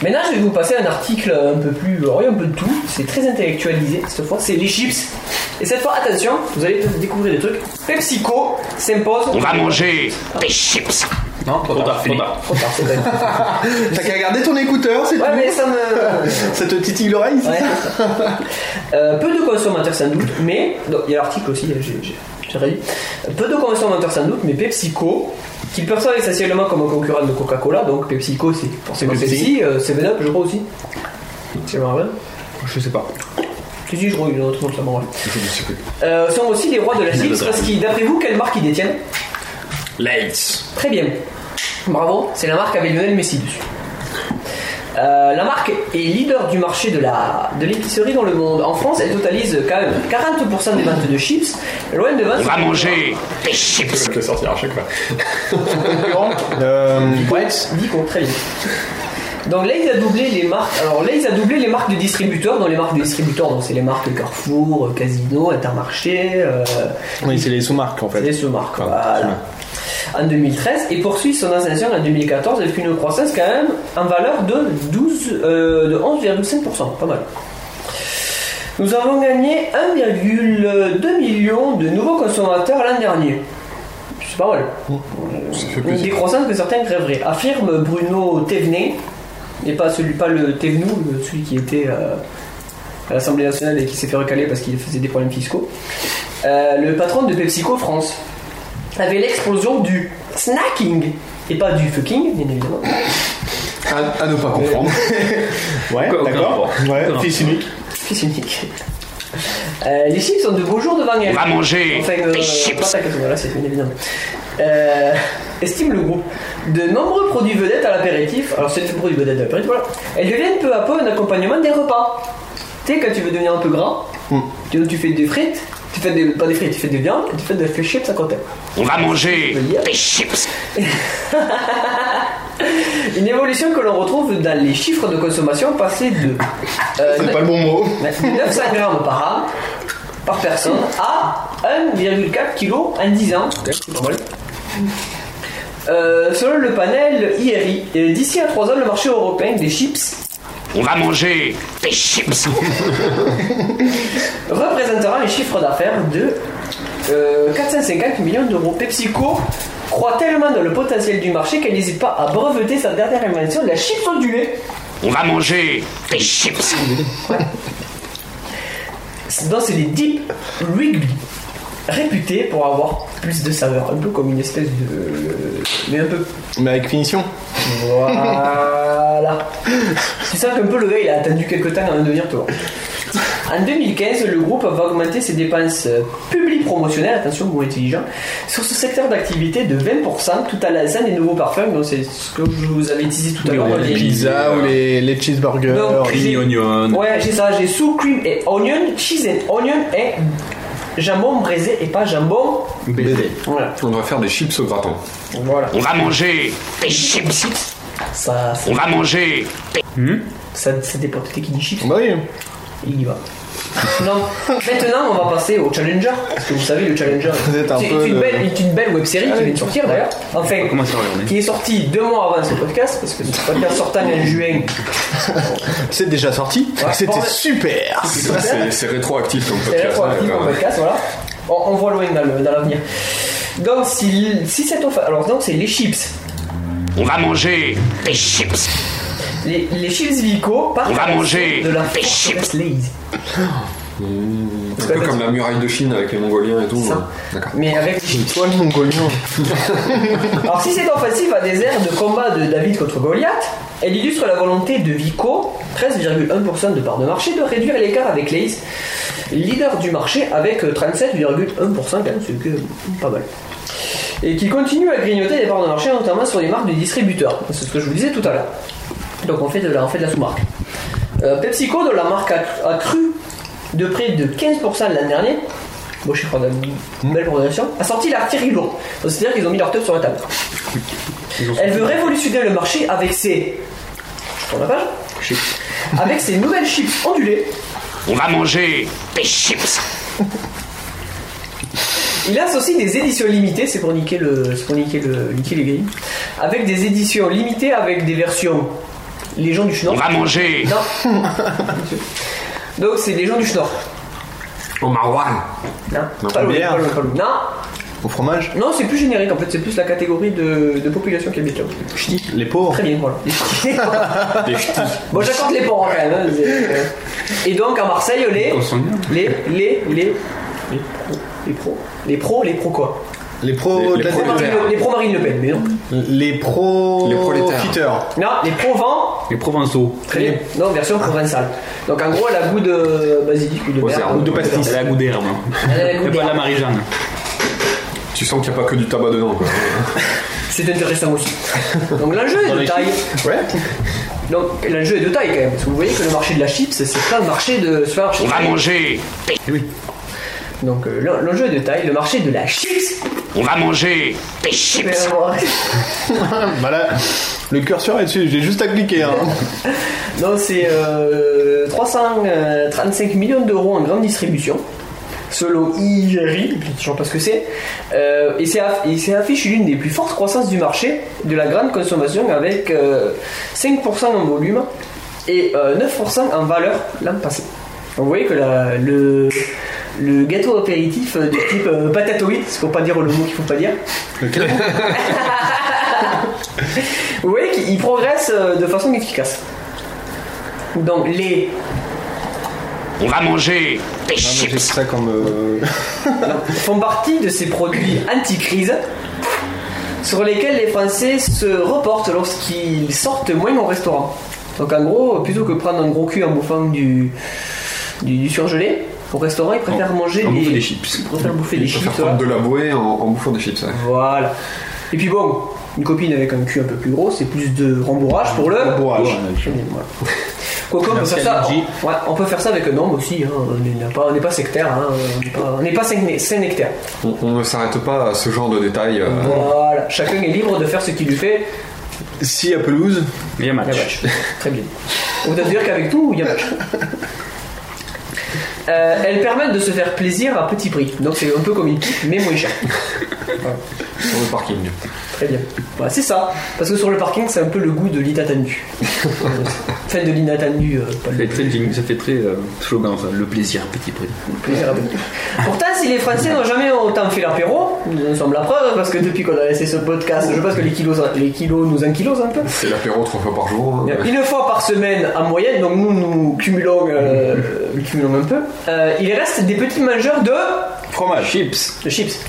Maintenant, je vais vous passer un article un peu plus. Alors, il y a un peu de tout. C'est très intellectualisé cette fois. C'est les chips. Et cette fois, attention, vous allez peut-être découvrir des trucs. PepsiCo s'impose. On va manger des chips. Non, trop tard, trop tard. Trop tard, c'est vrai. T'as qu'à garder ton écouteur, c'est Ouais, mais ça me. Ça te titille l'oreille, c'est Ouais, ça c'est ça. Euh, peu de consommateurs sans doute, mais. non, Il y a l'article aussi, j'ai- j'ai- j'ai réduit. Peu de consommateurs sans doute, mais PepsiCo, qu'ils perçoivent essentiellement comme un concurrent de Coca-Cola, donc PepsiCo c'est forcément C'est Pepsi. Pepsi, euh, 7up je crois aussi. C'est marrant. Je sais pas. Si, si, je crois qu'il y en a autre monde, ça m'en va. Je ne sais plus. Euh, sont aussi les rois de la Je chips voudrais. parce qu'ils, d'après vous, quelle marque ils détiennent Lights. Très bien. Bravo, c'est la marque avec Lionel Messi dessus. Euh, la marque est leader du marché de la de l'épicerie dans le monde. En France, elle totalise quand même 40% des ventes de chips, loin de 20%. On va manger des chips. Je vais te sortir à chaque fois. Euh, Vico, très bien. Donc là, ils a doublé les marques. Alors là, ils a doublé les marques de distributeurs. Dans les marques de distributeurs, donc c'est les marques Carrefour, Casino, Intermarché, euh, Oui, c'est les sous-marques en fait. les sous-marques. Pardon, Voilà. En 2013 et poursuit son ascension en 2014 avec une croissance quand même en valeur de 12, euh, de 11,5%, pas mal. Nous avons gagné 1,2 million de nouveaux consommateurs l'an dernier. C'est pas mal. Une décroissance que certains crèveraient, affirme Bruno Thévenin, et pas celui, pas le Thévenou, le- celui qui était euh, à l'Assemblée nationale et qui s'est fait recaler parce qu'il faisait des problèmes fiscaux. Euh, le patron de PepsiCo France avait l'explosion du snacking et pas du fucking, bien évidemment. À, à ne pas comprendre. Ouais, Aucun d'accord. rapport. Aucun Ouais, rapport. fils unique. Fils unique. Euh, les chips sont de beaux jours devant elle. va manger Enfin, euh, des chips. pas ta casserole, là, c'est bien évidemment. Euh, estime le groupe. De nombreux produits vedettes à l'apéritif, alors c'est des produits vedettes à l'apéritif, voilà, elles deviennent peu à peu un accompagnement des repas. Tu sais, quand tu veux devenir un peu gras, Hmm. tu, tu fais des frites, tu fais des, pas des frites, tu fais des viandes, et tu fais des fish chips à côté. On va manger des chips. Une évolution que l'on retrouve dans les chiffres de consommation passés de, euh, Ah, C'est pas le bon mot. de 900 grammes par an, par personne, à 1,4 kg en 10 ans. C'est pas mal. Euh, selon le panel IRI, et euh, d'ici à 3 ans, le marché européen des chips On va manger des chips. représentera les chiffres d'affaires de euh, 450 millions d'euros. PepsiCo croit tellement dans le potentiel du marché qu'elle n'hésite pas à breveter sa dernière invention, la chips au du lait. On va manger des chips. Non, c'est les Deep Rigby, réputés pour avoir plus de saveur, un peu comme une espèce de. Mais un peu. Mais avec finition. Voilà. tu sens qu'un peu le gars, il a attendu quelques temps avant de venir te voir. En 2015, le groupe va augmenter ses dépenses euh, publiques promotionnelles, attention, mot intelligent, sur ce secteur d'activité de 20% tout à la zone des nouveaux parfums, donc c'est ce que je vous avais teasé tout à l'heure. les les- pizzas ou les, les cheeseburgers. Non, Creamy onion. Ouais, j'ai ça, j'ai sous cream et onion, cheese and onion et jambon braisé et pas jambon. BD. Voilà. On doit faire des chips au gratin. Voilà. On va manger des chips. Ça, ça, On va manger des Ça, ça dépend de qui dit chips. Bah oui. Il y va. Non. Maintenant, on va passer au Challenger. Parce que vous savez, le Challenger, êtes un c'est peu une, le- belle, c'est une belle web série qui vient de sortir d'ailleurs. Enfin, qui est sortie deux mois avant ce podcast. Parce que ce podcast sortant en juin. C'est déjà sorti. C'était bon, super. c'était super. C'est- C'est rétroactif comme Ah, C'est podcast. rétroactif ouais, en quand même. podcast, voilà. On, on voit loin dans le- dans l'avenir. Donc, si, si cette offre. Alors, donc, c'est les chips. On va manger des chips. Les, les chips Vico partent On va à la manger suite de la des chips Lay's. Un peu comme la muraille de Chine avec les Mongoliens et tout. ouais. D'accord. Mais avec les chips. Toi, le mongolien. Alors, si cette offensive a des airs de combat de David contre Goliath, elle illustre la volonté de Vico, 13,1% de part de marché, de réduire l'écart avec Lay's, leader du marché avec euh, 37,1% quand même, ce qui est pas mal. Et qui continue à grignoter des parts de marché, notamment sur les marques du distributeur. C'est ce que je vous disais tout à l'heure. Donc, on fait de la, on fait de la sous-marque. Euh, PepsiCo, dont la marque a, a cru de près de 15% l'an dernier, bon, je sais pas, une belle progression, a sorti l'artillerie lourde. Donc, C'est-à-dire qu'ils ont mis leur teuf sur la table. Elle veut révolutionner le marché avec ses. Je prends la page. Avec ses nouvelles chips ondulées. On va manger des chips. Il associe des éditions limitées, c'est pour niquer le, c'est pour niquer le, niquer les grilles. Avec des éditions limitées avec des versions. Les gens du Schnorr. On va manger. Non. Donc c'est les gens du Schnorr. Au Marwan. Non. Non, Pas le- bière. pas le- pas le- Non. Au fromage. Non, c'est plus générique en fait, c'est plus la catégorie de, de population qui habite là. Ch'ti. Les pauvres. Très bien, voilà. Des ch'tis. Bon, j'accorde les porcs quand même. hein, c'est- Et donc à Marseille, les. Au sang. Les, les, les, les pros, les pros, les pros quoi Les pros. de Les- les la pros- tête. Marine Le- Les pros Marine Le Pen, mais non. Les pros. Les prolétaires. profiteurs. Non, les pros vent, Les Provençaux. très bien. Non, version provençale. Donc en gros, elle a goût de basilic ou de Aux merde. herbes. Euh, de pastis. Elle a goût d'herbe. Elle a goût C'est pas d'herbe. de la marijuana. Tu sens qu'il n'y a pas que du tabac dedans. Quoi. C'est intéressant aussi. Donc l'enjeu est de taille. Ouais. Donc l'enjeu est de taille quand même. Parce que vous voyez que le marché de la chips, c'est pas un marché de. c'est pas un marché On de va taille. manger des Donc euh, l'en- l'enjeu est de taille, le marché de la chips. On va manger des chips. Bah là, le curseur est dessus. J'ai juste à cliquer. hein. Non, c'est euh, 335 millions d'euros en grande distribution, selon IGRI, je ne sais toujours pas ce que c'est, Euh, et c'est aff- et c'est affiché l'une des plus fortes croissances du marché de la grande consommation avec euh, 5% en volume et euh, 9% en valeur l'an passé. Donc, vous voyez que la- le, le gâteau apéritif euh, de type euh, patatoïde, parce qu'il ne faut pas dire le mot qu'il ne faut pas dire, vous voyez qu'il progresse euh, de façon efficace. Donc les On va manger des J'ai chips. ça comme. euh, font partie de ces produits anti-crise sur lesquels les Français se reportent lorsqu'ils sortent moins au restaurant. Donc en gros, plutôt que prendre un gros cul en bouffant du, du, du surgelé, au restaurant, ils préfèrent manger On des, bouffe des chips. Ils préfèrent bouffer des Il faut chips. faire prendre voilà. de la bouée en, en bouffant des chips. ouais. Voilà. Et puis bon, une copine avec un cul un peu plus gros, c'est plus de rembourrage pour le. Rembourrage. Très bien, voilà. Quoique, on peut, faire ça, Merci, ouais, on peut faire ça avec un homme aussi, hein. on n'est pas, on n'est pas sectaire, hein. on n'est pas- on n'est pas saint- saint-nectaire. On, on ne s'arrête pas à ce genre de détails. euh, Voilà, chacun est libre de faire ce qu'il lui fait. Si à pelouse. Il y a Il y a match. match. Très bien. On peut dire qu'avec tout, il y a match. Euh, elles permettent de se faire plaisir à petit prix. Donc c'est un peu comme une pipe, mais moins cher. sur le parking. Très bien. Voilà, c'est ça. Parce que sur le parking, c'est un peu le goût de l'inattendu. enfin, de l'inattendu, euh, pas Ça fait le très, jing- ça fait très euh, slogan ça, le plaisir petit prix. plaisir à petit prix. Pourtant, si les Français n'ont jamais autant fait l'apéro, nous en sommes la preuve, parce que depuis qu'on a laissé ce podcast, je pense que les kilos, les kilos nous ankilosent un peu. C'est l'apéro trois fois par jour. hein. Une fois par semaine en moyenne, donc nous nous cumulons, euh, cumulons un peu. Euh, il reste des petits mangeurs de, Fromage. Chips. de chips.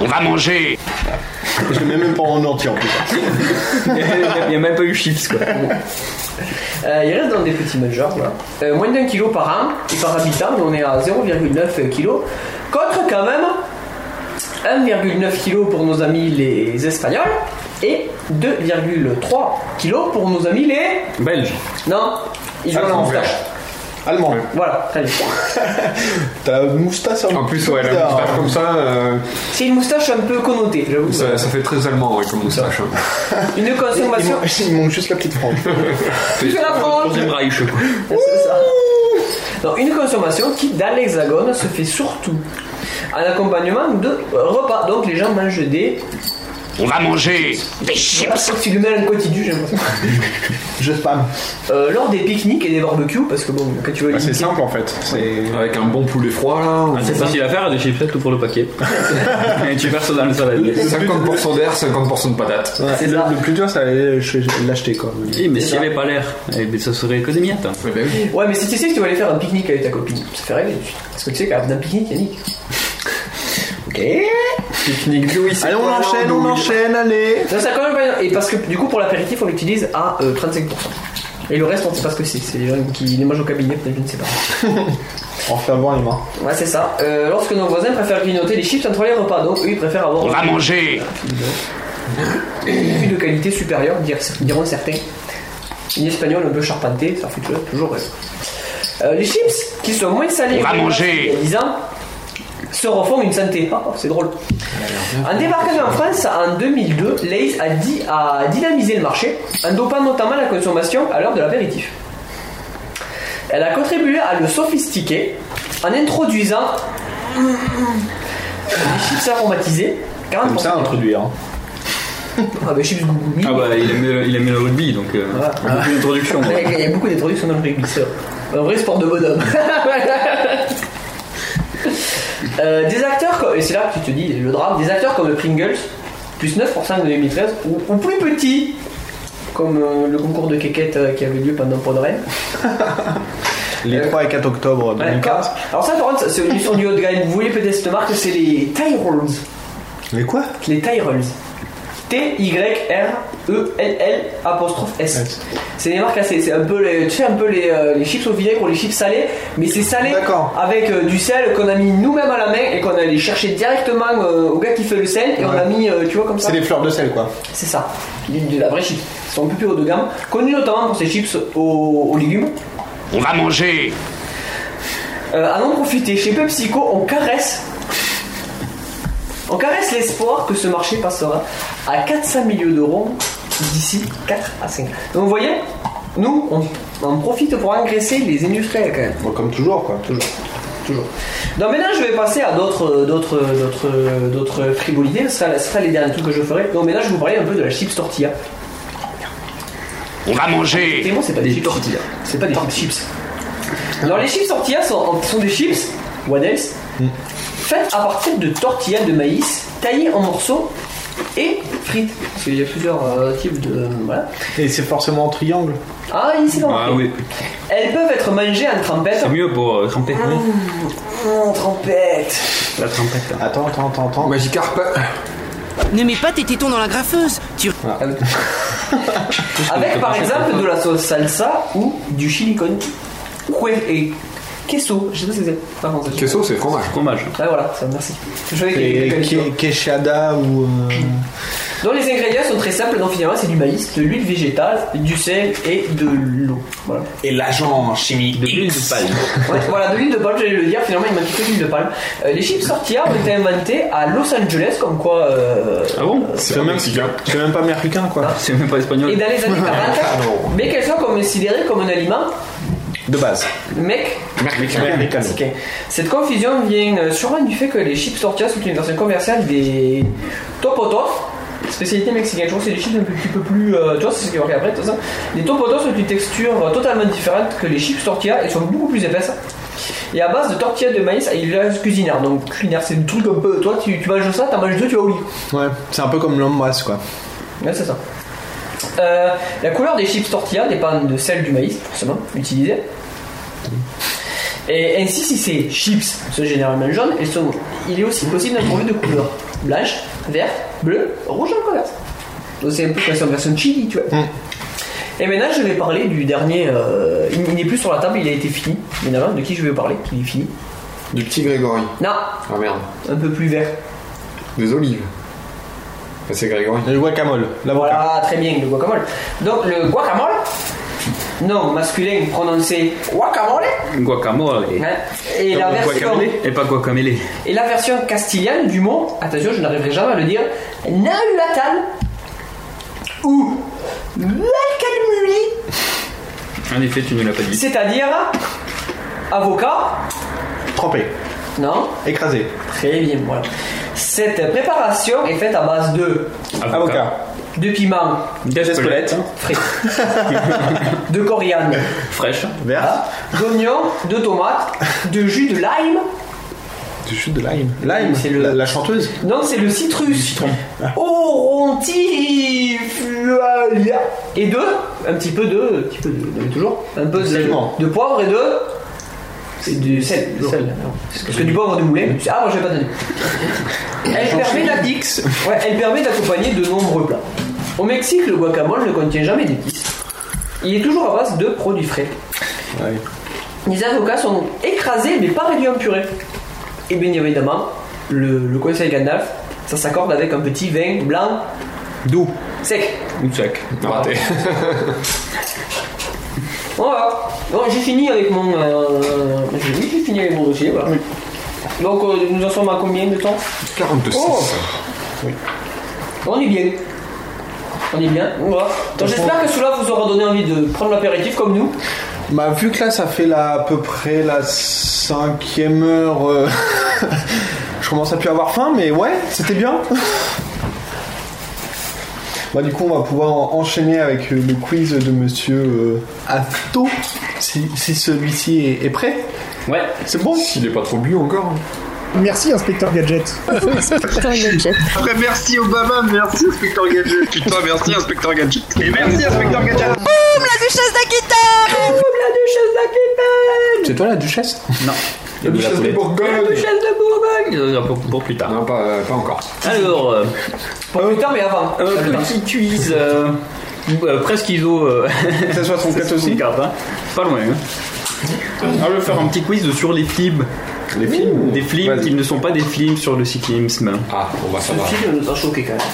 On va manger. Je le mets même pas en entier en plus. Il n'y a, il y a même pas eu chips quoi. Euh, il reste dans des petits mangeurs, voilà. Euh, moins d'un kilo par an et par habitant, mais on est à 0,9 kilo. Contre quand même 1,9 kilo pour nos amis les Espagnols et 2,3 kilo pour nos amis les. Belge. Non, ils ont la moustache. Allemand. Voilà, allez. T'as la moustache En plus, ouais, la bizarre. hein. moustache comme ça, euh, C'est une moustache un peu connotée, j'avoue. ça, ça fait très allemand ouais, comme moustache. hein. Une Il, consommation. manque- il manque juste la petite frange. Tu fais la France Troisième Reich. quoi. C'est ça. Non, une consommation qui, dans l'hexagone, se fait surtout en accompagnement de repas. Donc les gens mangent des. On va manger des Ah, chips. sauf si le mets en continu, j'aime pas. Je spam. Euh, lors des pique-niques et des barbecues, parce que bon, quand tu veux. Bah, c'est limiter- simple en fait. C'est Avec un bon poulet froid là. ou- Ah, C'est facile à faire, des chiffres tout pour le paquet. Et tu verses dans le saladier. 50% d'air, 50% de patates. Ouais, C'est le, ça. le plus dur, c'est d'aller chez- l'acheter quoi. Oui, mais s'il n'y avait pas l'air, eh ben, ça serait que des miettes. Ouais, bah oui. Ouais, mais si tu sais que tu vas aller faire un pique-nique avec ta copine, ça fait rêver. Parce que tu sais qu'à un pique-nique, Yannick. Ok. Pique-nique de Allez, on enchaîne, on enchaîne, allez. Non, ça quand même pas- Et parce que du coup, pour l'apéritif, on l'utilise à euh, 35%. Et le reste, on ne sait pas ce que c'est. C'est les gens qui les mangent au cabinet, peut-être, je ne sais pas. On fait avoir les mains. Ouais, c'est ça. Euh, lorsque nos voisins préfèrent grignoter les chips entre les repas, donc eux, ils préfèrent avoir On va manger une vue de qualité supérieure, dire- diront certains. Une espagnole un peu charpentée, ça fait toujours- toujours rêver. Euh, les chips, qui sont moins salés On va que les manger. pâtes il y a 10 ans, se refont une santé. Ah, c'est drôle. En débarquant en France en 2002, Lay's a, dit, a dynamisé le marché en dopant notamment la consommation à l'heure de l'apéritif. Elle a contribué à le sophistiquer en introduisant des chips aromatisés. 40%. Comme ça, introduire. hein. Ah, bah, chips gougoumi. Ah bah, il aimait, il aimait le rugby, donc euh, beaucoup d'introduction. Il y a- il y a beaucoup d'introductions dans le rugby, c'est vrai. Un vrai sport de bonhomme. Euh, des acteurs comme, et c'est là que tu te dis le drame, des acteurs comme Pringles, plus 9% de 2013, ou, ou plus petits, comme euh, le concours de quéquette euh, qui avait lieu pendant Podren. Les 3 et 4 octobre Ouais, 2015. Alors ça, par contre, c'est une mission du haut de gamme. Vous voyez peut-être cette marque, c'est les Tyrells. Mais quoi Les Tyrells. T-Y-R-E-L-L E apostrophe S. C'est des marques assez. C'est un peu les, tu sais, un peu les, euh, les chips au vinaigre ou les chips salés, mais c'est salé D'accord. avec euh, du sel qu'on a mis nous-mêmes à la main et qu'on allait chercher directement euh, au gars qui fait le sel et on a mis, euh, tu vois, comme ça. C'est les fleurs de sel quoi. C'est ça, de de la vraie chips. Ils sont un peu plus haut de gamme, connus notamment pour ses chips aux, aux légumes. On va manger Euh, à en profiter, chez PepsiCo, on caresse. On caresse l'espoir que ce marché passera à 400 millions d'euros d'ici 4 à 5 ans. Donc vous voyez, nous, on, on profite pour engraisser les industriels quand même. Bon, comme toujours quoi. Toujours. Toujours. Donc maintenant, je vais passer à d'autres euh, d'autres euh, d'autres euh, d'autres frivolités. Ce sera, ce sera les derniers trucs que je ferai. Donc maintenant, je vais vous parler un peu de la chips tortilla. On va manger Effectivement, c'est pas des, chips tortillas. C'est pas des chips. Alors, les chips tortillas sont, sont des chips, what else, faites à partir de tortillas de maïs taillées en morceaux et frites. Parce qu'il y a plusieurs euh, types de. voilà. Et c'est forcément en triangle. Ah, ici, dans Ah oui, Elles peuvent être mangées en trempette. c'est mieux pour euh, Ah camper. oui. En trempette La trompette. Attends, attends, attends, attends. Magicarp. Ne mets pas tes tétons dans la graffeuse. Tu Avec par exemple de la sauce salsa ou du chili con. Ouais, et queso, je sais pas ce que c'est. Pas français. Queso, c'est fromage. Fromage. Ah voilà, ça, merci. Je savais qu'il y avait Et quelqu'un qui- Ke- Keshada ou. euh, Donc les ingrédients sont très simples, donc finalement c'est du maïs, de l'huile végétale, du sel et de l'eau. Voilà. Et l'agent chimique De l'huile de palme. Ouais, voilà, de l'huile de palme, j'allais le dire, finalement il m'a quitté l'huile de palme. Euh, les chips tortilla ont été inventés à Los Angeles, comme quoi. euh, Ah bon C'est même, c'est même pas américain quoi. C'est même pas Et espagnol. dans les années 40, mais qu'elles soient considérées comme un aliment De base. mec Américain. mexicain. Cette confusion vient euh, sûrement du fait que les chips tortilla sont une version commerciale des topotos, spécialité mexicaine. Je trouve que c'est des chips un petit peu plus. euh, tu vois, c'est ce qui est marqué après, de toute façon. Les topotos ont une texture euh, totalement différente que les chips tortilla et sont beaucoup plus épaisses. Et à base de tortilla de maïs et de cuisinaire. Donc, cuisinaire, c'est le truc un peu. Toi, tu, tu manges ça, t'en manges deux, tu vas au lit. Ouais, c'est un peu comme l'ambrasse quoi. Ouais, c'est ça. Euh, la couleur des chips tortilla dépend de celle du maïs, forcément, utilisé. Et ainsi, si ces chips sont généralement jaunes, elles sont- il est aussi possible d'en trouver de couleurs blanche, verte, bleue, rouge en l'inverse. Donc c'est un peu comme si en version chili, tu vois. Et maintenant, je vais parler du dernier. euh, il il n'est plus sur la table, il a été fini. Maintenant, de qui je vais parler Il est fini. Du petit Grégory. Non, Ah merde. un peu plus vert. Des olives. Bah, c'est Grégory. Le guacamole, l'avocat. Voilà, très bien, le guacamole. Donc, le guacamole, Non, masculin prononcé guacamole. Guacamole. hein, et, la Non, version, guacamole Et pas guacamele. et la version castillane du mot, attention, je n'arriverai jamais à le dire, nahuatl ou Lacalmuli, En effet, tu ne l'as pas dit. c'est-à-dire avocat Trempé. Non. Écrasé. Très bien, voilà. Cette préparation est faite à base de Avocat. de piment, D'espelette. frais, de coriandre, Fraîche. Vert. d'oignons, de tomates, de jus de lime. Du chute de lime. Lime, c'est la, la chanteuse. Non, c'est le Ah. citrus. Citron. Orontiflualia. Et de un petit peu de, un petit peu de, de- toujours un peu Seulement. de, de poivre et de c'est du sel, du sel. Parce que du poivre de moulin. Ah, moi je vais pas donner. Elle permet d'ac- Ouais, elle permet d'accompagner de nombreux plats. Au Mexique, le guacamole ne contient jamais d'épices. Il est toujours à base de produits frais. Ouais. Les avocats sont donc écrasés mais pas réduits en purée. Et bien évidemment, le, le conseil Gandalf, ça s'accorde avec un petit vin blanc Doux. sec. Ou sec. Ah. Raté. Voilà. Bon, j'ai fini avec mon. euh, j'ai- oui, j'ai fini avec mon dossier. Voilà. Donc, euh, nous en sommes à combien de temps 42 Oh. On est bien. On est bien. Voilà. Donc, j'espère que cela vous aura donné envie de prendre l'apéritif comme nous. Bah, vu que là, ça fait là, à peu près la cinquième heure. euh, Je commence à plus avoir faim, mais ouais, c'était bien. Bah, du coup, on va pouvoir en- enchaîner avec euh, le quiz de monsieur euh, Atto, si, si celui-ci est, est prêt. Ouais. C'est bon S'il est pas trop bu encore. hein. Merci, inspecteur Gadget. Après, merci Obama, merci Inspecteur Gadget. Putain, merci Inspecteur Gadget. Et merci Inspecteur Gadget. Boum, la duchesse d'Aquitaine Boum, la duchesse d'Aquitaine C'est toi la duchesse Non. La duchesse de Bourgogne. Duchesse de Bourgogne. Euh, Pour, pour plus tard. Non, pas, euh, pas encore. Alors, euh, Pour plus tard, mais avant. un Ça dépend. petit quiz euh, euh, presque ISO. euh, Ça soit son c'est quatre aussi. 64, hein. Pas loin. hein. Alors, Ah, je vais faire un petit quiz de- sur les films. Les films Des films Vas-y. qui ne sont pas des films sur le cyclisme. Ah, on va Ce savoir. film nous a choqué quand même.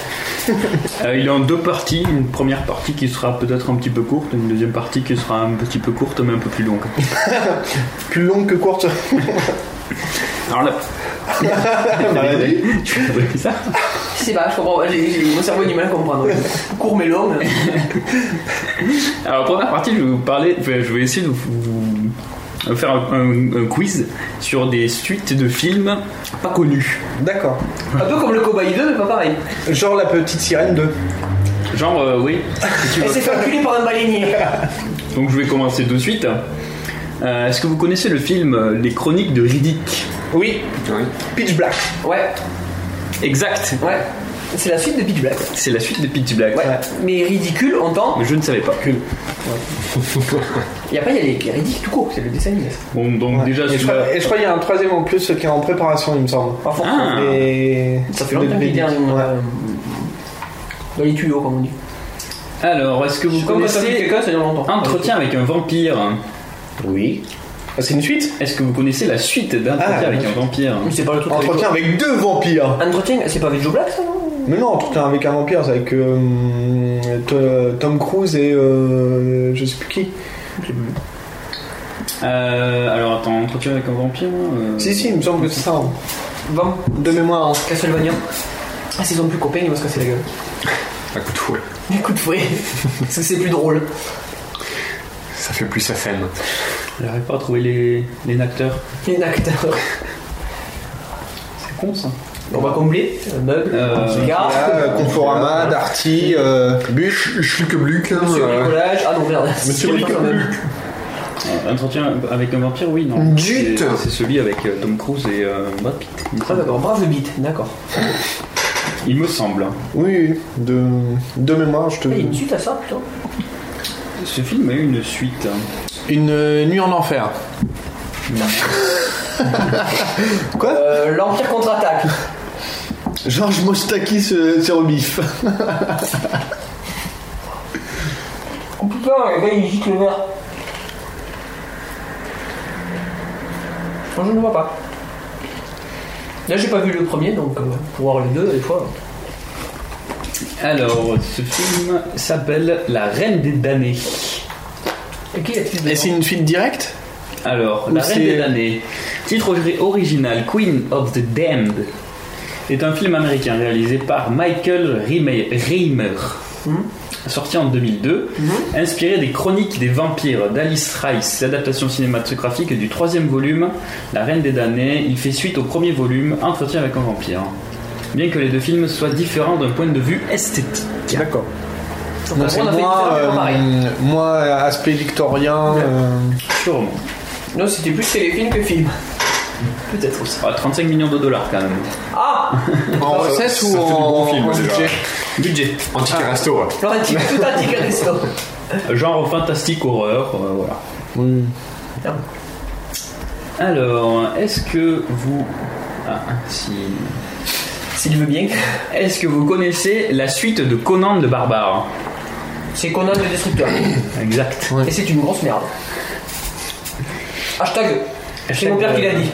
Euh, il est en deux parties, une première partie qui sera peut-être un petit peu courte, une deuxième partie qui sera un petit peu courte mais un peu plus longue. Plus longue que courte. Alors là, Maladie. tu as compris ça Je sais pas, je comprends. pas, j'ai- j'ai- Mon cerveau a du mal à comprendre. Court mais long. Alors première partie, je vais vous parler, enfin, je vais essayer de vous vous faire un, un- un quiz sur des suites de films pas connus. D'accord. Un peu comme le cobaye 2, mais pas pareil. Genre la petite sirène de. Genre euh, oui. si tu Elle veux. s'est fait enculer par un baleinier. Donc je vais commencer de suite. Euh, Est-ce que vous connaissez le film euh, Les Chroniques de Riddick Oui. Oui. Pitch Black. Ouais, Exact. ouais. C'est la suite de Pitch Black. C'est la suite de Pitch Black. Ouais. Mais ridicule, on entend. Mais je ne savais pas. Et après, il y a les, les riddicules tout court, c'est le dessin animé. Bon, donc déjà, Et je, celui-là- crois, et je crois qu'il y a un troisième en plus qui est en préparation, il me semble. Pas fort. Ah. Et... Ça fait longtemps qu'il est en, euh, dans les tuyaux, comme on dit. Alors, est-ce que vous Comme quand ça fait connaissez quelqu'un, ça dure longtemps. Entretien avec un vampire Oui. Bah, C'est une suite Est-ce que vous connaissez la suite d'Entretien Ah, avec oui. un vampire Mais c'est pas le truc. avec- Entretien avec deux vampires Entretien, c'est pas avec Joe Black ça non Mais non, Entretien avec un vampire, c'est avec euh, To- Tom Cruise et euh, je sais plus qui. Euh, Alors, attends, Entretien avec un vampire euh, Si, si, il me semble que c'est ça, hein. Bon, de mémoire. hein. Castlevania. Ah, s'ils ont plus copains, ils vont se casser la gueule. Un coup de fouet. Écoute, oui. Parce que c'est plus drôle. Ça fait plus FM. J'arrive pas à trouver les, les acteurs. Il y a un acteur. C'est con ça. On va combler. Un meuble. Euh, un gars. Ah, euh, Conforama, Darty, euh, Bûche, Schluck Bluck. hein, Monsieur euh, bricolage. Ah non, merde. Monsieur Euh, Entretien avec un vampire, oui, non. Zut C'est c'est celui avec euh, Tom Cruise et euh, Brad Pitt. il me Ah semble. d'accord, brave beat, d'accord. Il me semble. hein. oui, de, de mémoire, je te. Ah, Il y a une suite à ça, putain. Ce film a eu une suite. hein. Une euh, nuit en enfer. Quoi Euh, L'Empire contre-attaque. Georges Mostaki sur le bif. Oh putain, le gars il gîte le verre. Non, je ne vois pas. Là, j'ai pas vu le premier, donc euh, pour voir les deux, des fois. Alors, ce film s'appelle La Reine des Damnés. Et c'est une suite directe Alors, Ou La Reine c'est- des Damnés. Titre ori- original Queen of the Damned est un film américain réalisé par Michael Reimer, Reimer, sorti en 2002, inspiré des chroniques des vampires d'Alice Rice, adaptation cinématographique du troisième volume, La Reine des Damnés. Il fait suite au premier volume, Entretien avec un vampire. Bien que les deux films soient différents d'un point de vue esthétique. D'accord. Donc, on c'est a fait moi, exactement euh, pareil. moi, aspect victorien. euh, Sûrement. Non, c'était plus téléfilm que film. Peut-être aussi. 35 Ah, millions de dollars quand même. Ah En recette ou en en budget Budget. Antique resto, ouais. Non, un tic- tout un tic à resto. Genre fantastique horreur, euh, voilà. Alors, est-ce que vous. Ah, si. S'il veut bien. Est-ce que vous connaissez la suite de Conan le barbare C'est Conan le destructeur. Exact. Et c'est une grosse merde. Hashtag. C'est mon père qui l'a dit.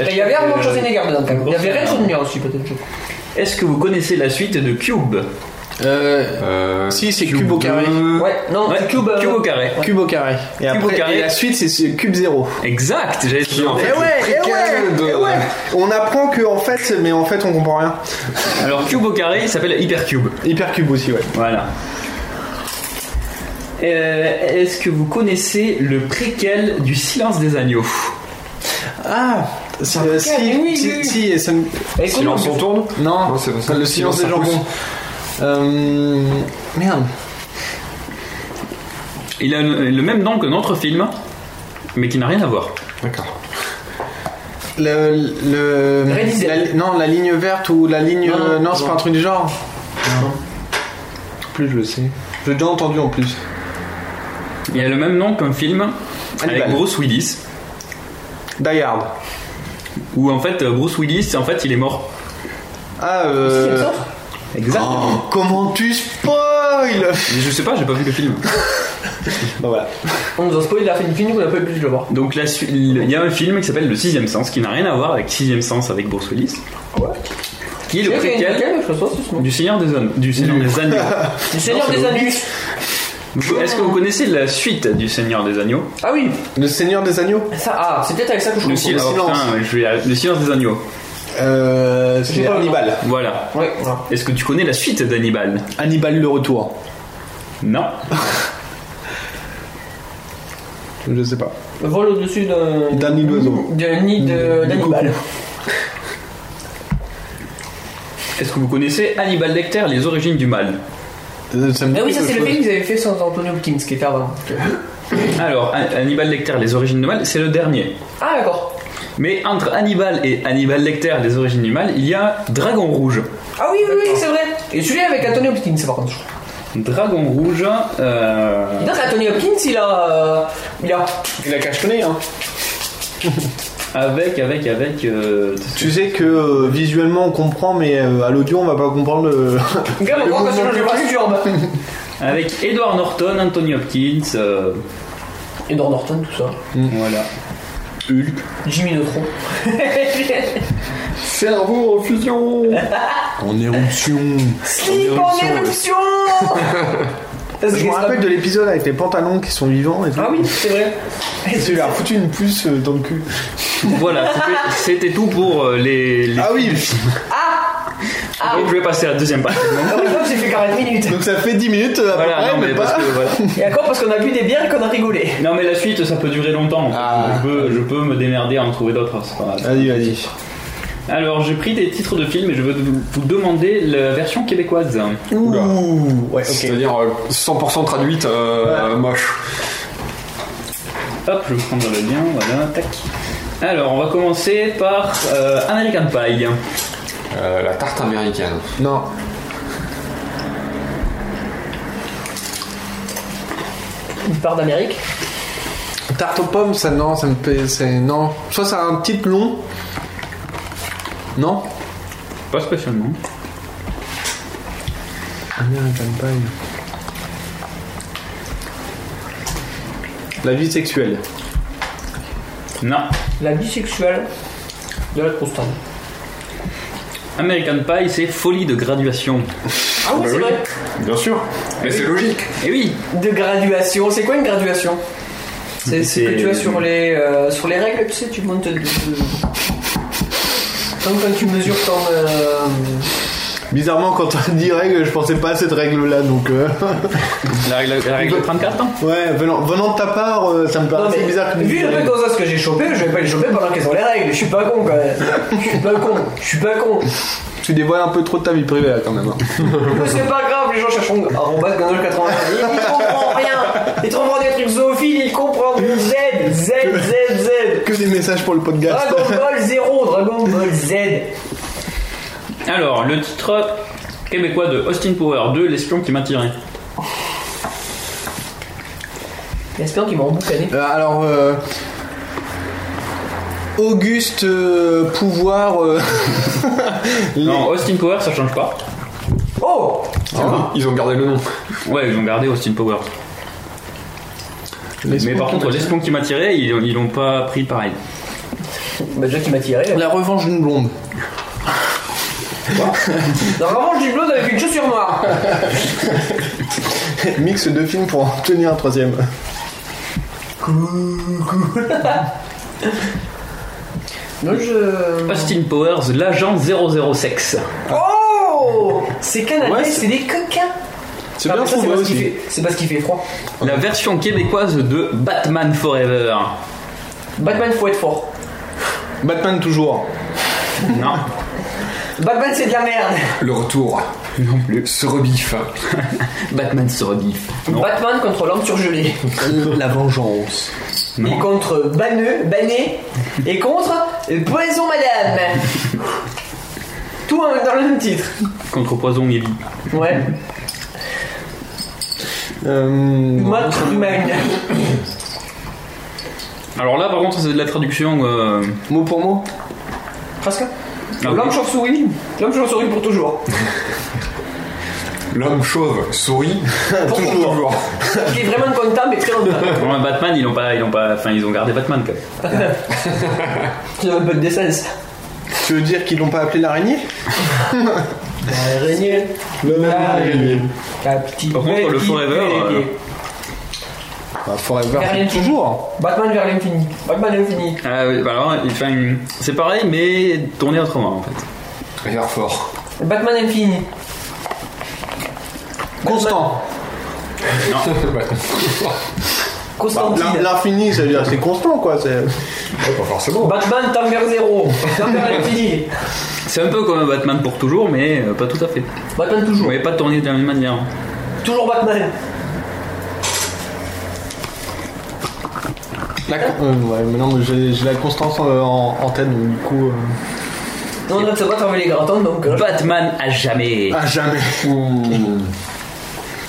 Et il y avait Armand Schwarzenegger dedans quand même. Il y avait Red Sonja aussi peut-être. je crois. Est-ce que vous connaissez la suite de Cube Euh, Si, c'est cube au carré. Ouais, non, euh, c'est cube, au carré. Oh, Cube euh, au carré. Et Cube après, au carré. et la suite, c'est ce cube zéro. Exact, j'avais dit en Eh fait. ouais, eh ouais, eh ouais. On apprend que en fait, mais en fait, on comprend rien. Alors, Cube au carré, il s'appelle Hypercube. Hypercube aussi, ouais. Voilà. Euh, Est-ce que vous connaissez le préquel du Silence des Agneaux Ah, c'est euh, si, si, si, et ça me- Et Silence, on tourne Non, Non, c'est pas ça. le silence Silence, des ça pousse. jambons. Euh, merde. Il a le le même nom que notre film, mais qui n'a rien à voir. D'accord. Le, le- Réalisé. la li- non, la ligne verte ou la ligne. euh, Non, Non, non, c'est non. pas un truc du genre. Plus je le sais. J'ai déjà entendu en plus. Il a le même nom qu'un film avec Hannibal. Bruce Willis. Die Hard. Où en fait euh, Bruce Willis, en fait, il est mort. Ah, euh. Exactement. Oh, comment tu spoil Mais Je sais pas, j'ai pas vu le film. Bah voilà. On nous a spoilé la fin du film, on n'a pas eu plus de le voir. Donc la su- il y a un film qui s'appelle Le Sixième Sens, qui n'a rien à voir avec Sixième Sens avec Bruce Willis. Qui est le J'ai fait une préquel préquelle, je pense, ce soir. du Seigneur des Hommes, du Seigneur des Agneaux. Du Seigneur des Agneaux. Vous- Est-ce que vous connaissez la suite du Seigneur des Agneaux Ah oui Le Seigneur des Agneaux Ça, ah, c'est peut-être avec ça que je le, confonds. sil- oh, putain, je vais- le Silence des Agneaux. Euh, Je sais c'est pas le nom. Hannibal. Voilà. Ouais, voilà. Est-ce que tu connais la suite d'Hannibal Hannibal le retour. Non. Je sais pas. Vol au-dessus d'un. D'un nid d'oiseau. D'un nid de- d'animal. Est-ce que vous connaissez Hannibal Lecter, Les Origines du Mal Euh, Ah oui, ça c'est le film qu'ils avaient fait sans Antonio Hopkins qui était avant. Alors, Han- Hannibal Lecter, Les Origines du Mal, c'est le dernier. Ah d'accord. Mais entre Hannibal et Hannibal Lecter, Les Origines du Mal, il y a Dragon Rouge. Ah oui, oui, oui, c'est vrai. Et celui avec Anthony Hopkins par contre. Dragon Rouge. euh, Dis donc, Anthony Hopkins il a. euh, Il a. Il a cachetonné, hein. Avec, avec, avec. euh, Tu sais que euh, visuellement on comprend, mais euh, à l'audio on va pas comprendre euh, le. Gars, on voit que c'est le perturbe. Avec Edward Norton, Anthony Hopkins. euh, Edward Norton, tout ça. Voilà. Hulk. Jimmy Neutron. Cerveau en fusion En éruption Slip en éruption Je me rappelle de l'épisode avec les pantalons qui sont vivants et tout. Ah oui, c'est vrai. Tu lui as foutu une puce euh, dans le cul. voilà, c'était- c'était tout pour euh, les. les- Ah oui Ah Donc, je vais passer à la deuxième partie. Ah oui, j'ai fait 40 minutes. Donc ça fait 10 minutes à peu Voilà, près, non, mais mais parce pas. que, voilà. Et encore parce qu'on a bu des bières et qu'on a rigolé. Non, mais la suite, ça peut durer longtemps. Ah. Je, peux, je peux me démerder à en trouver d'autres. c'est pas grave. Vas-y, vas-y. Alors, j'ai pris des titres de films et je veux vous vous demander la version québécoise. Ouh Ouais, ok. C'est-à-dire euh, 100% traduite euh, moche. Hop, je vais prendre le lien, voilà, tac. Alors, on va commencer par euh, American Pie. Euh, la tarte américaine. Non. Il part d'Amérique. Tarte aux pommes, ça non, ça me plaît. c'est- Non. Soit ça a un titre long. Non Pas spécialement. American Pie. La vie sexuelle. Non. La bisexuelle de la Croustade. American Pie, c'est Folie de graduation. Ah oui, c'est vrai. Bien sûr. Mais c'est logique. Et Eh oui. De graduation. C'est quoi une graduation C'est ce que tu as sur les, euh, sur les règles, tu sais, tu montes de. de- Comme quand tu mesures ton. euh, Bizarrement, quand on dit règle, je pensais pas à cette règle-là, donc. euh, La règle, la règle 34 ans Ouais, venant, venant de ta part, euh, ça me paraît Non, assez mais bizarre que tu vu dises le peu règle. d'osas que j'ai chopé, je vais pas les choper pendant qu'elles ont les règles. Je suis pas con quand même. Je suis pas con. Je suis pas con. Tu dévoiles un peu trop de ta vie privée là quand même. hein. Mais c'est pas grave, les gens chercheront arrobas Gonol 90. Ils comprennent rien. Ils trouveront des trucs zoophiles, ils comprennent. Z, Z, Z, Z. que des messages pour le podcast. Dragon Ball 0, Dragon Ball Z. Alors, le titre québécois de Austin Power 2, L'espion qui m'a tiré. J'espère qu'ils m'ont boucané. Euh, alors, euh, Auguste euh, Pouvoir. euh, Non, Austin Power, ça change pas. Oh Ah Ils ont gardé le nom. Ouais, ils ont gardé Austin Power. Mais par contre, l'espion qui m'a tiré, ils ils l'ont pas pris pareil. Bah, déjà qui m'a tiré. La revanche d'une blonde. La revanche du blonde avec une chaussure noire. Mixe deux films pour en obtenir un troisième. Non, je. Austin Powers, l'agent 006. Oh C'est canadien, Ouais, c'est- c'est des coquins. C'est Ah, bien mais ça, trouvé parce qu'il aussi. fait- C'est parce qu'il fait froid. La version québécoise de Batman Forever. Batman, faut être fort. Batman toujours. Non. Batman, c'est de la merde. Le retour. Non plus. Se rebiffe. Batman se rebiffe. Batman contre l'homme surgelé. La vengeance. Et contre Banneux, Banné. Et contre euh, Poison Madame. Tout en- dans le même titre. Contre Poison Milly. Ouais. Euh, Matt Truman. Alors là, par contre, c'est de la traduction. euh, Mot pour mot Presque. Ah oui. L'homme chauve-souris. L'homme chauve-souris pour toujours. L'homme chauve sourit. toujours. Qui est vraiment content, mais très longtemps. Pour un Batman, ils ont pas, ils ont pas, enfin, ils ont gardé Batman quand même. C'est un bug d'essence. Tu veux dire qu'ils l'ont pas appelé l'araignée L'araignée. L'araignée. Par contre, le Forever, euh, Bah, forever. Vers l'infini. Batman vers l'infini. Batman l'infini. Ah oui, bah alors, il fait une- c'est pareil, mais tourné autrement en fait. Regarde fort. Batman infini. Constant. Ah. Bah, Constantine. L'in- L'infini, ça veut dire c'est constant quoi. C'est... pas forcément. Batman temps vers zéro. Temps vers l'infini. C'est un peu comme un Batman pour toujours, mais euh, pas tout à fait. Batman toujours. Mais pas tourné de la même manière. Toujours Batman. La con- euh, ouais, mais non, mais j'ai, j'ai la constance euh, en, en tête, donc du coup. euh, Non, on doit se battre avec les gratons, donc. Bah, euh, Batman à jamais. À Ah, jamais.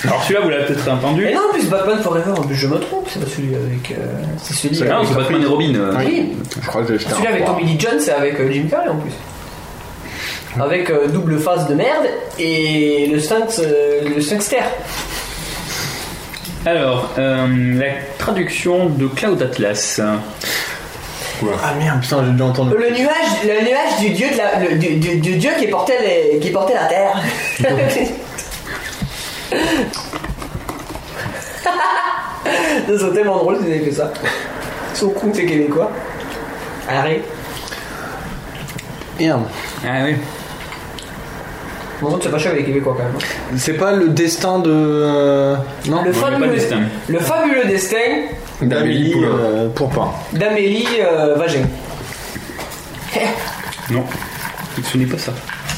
Alors celui-là, vous l'avez peut-être entendu. Mais non, en plus Batman Forever, en plus je me trompe, c'est pas celui avec. euh, c'est celui C'est non, c'est Batman et Robin. euh. Oui. Je crois que j'ai jeté Celui un avec foire. Tommy Lee Jones, c'est avec euh, Jim Carrey en plus. Avec euh, double face de merde et le Sphinx, euh, le Sphinxter. Alors, euh, la traduction de Cloud Atlas. Ah merde, putain, j'ai déjà entendu. Le nuage, le nuage du dieu de la, le- du, du- du dieu qui portait les- qui portait la terre. Ça, c'est tellement drôle si vous avez fait ça. Son con, c'est québécois. Arrête. Merde. Ah oui. Mon monde, c'est pas chaud avec les québécois quand même. hein. C'est pas le destin de. euh, Non Le, il y a pas fabuleux, de destin. le fabuleux destin D'Amélie euh, Pourpin. d'Amélie euh, Vagin. Non, ce n'est pas ça.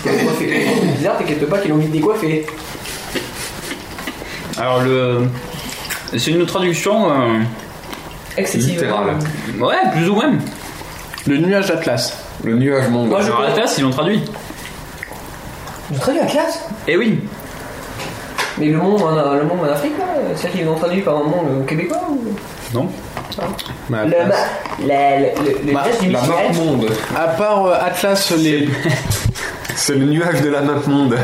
Décoiffé. Bizarre, t'inquiète pas qu'ils l'ont vite décoiffé. Alors le, c'est une traduction. euh, Excessive. Littéral. Ouais, plus ou moins. Le nuage d'Atlas. Le nuage monde. Moi, je Alors connais- Atlas, ils l'ont traduit. Ils ont traduit la classe Eh oui. Mais le monde en, le monde en Afrique, là C'est-à-dire qu'ils l'ont traduit par un monde euh, québécois ou... Non. Mais Le, Atlas. ma- la- le, le, le geste du La Michel. map monde. À part euh, Atlas, les. C'est le nuage de la map monde.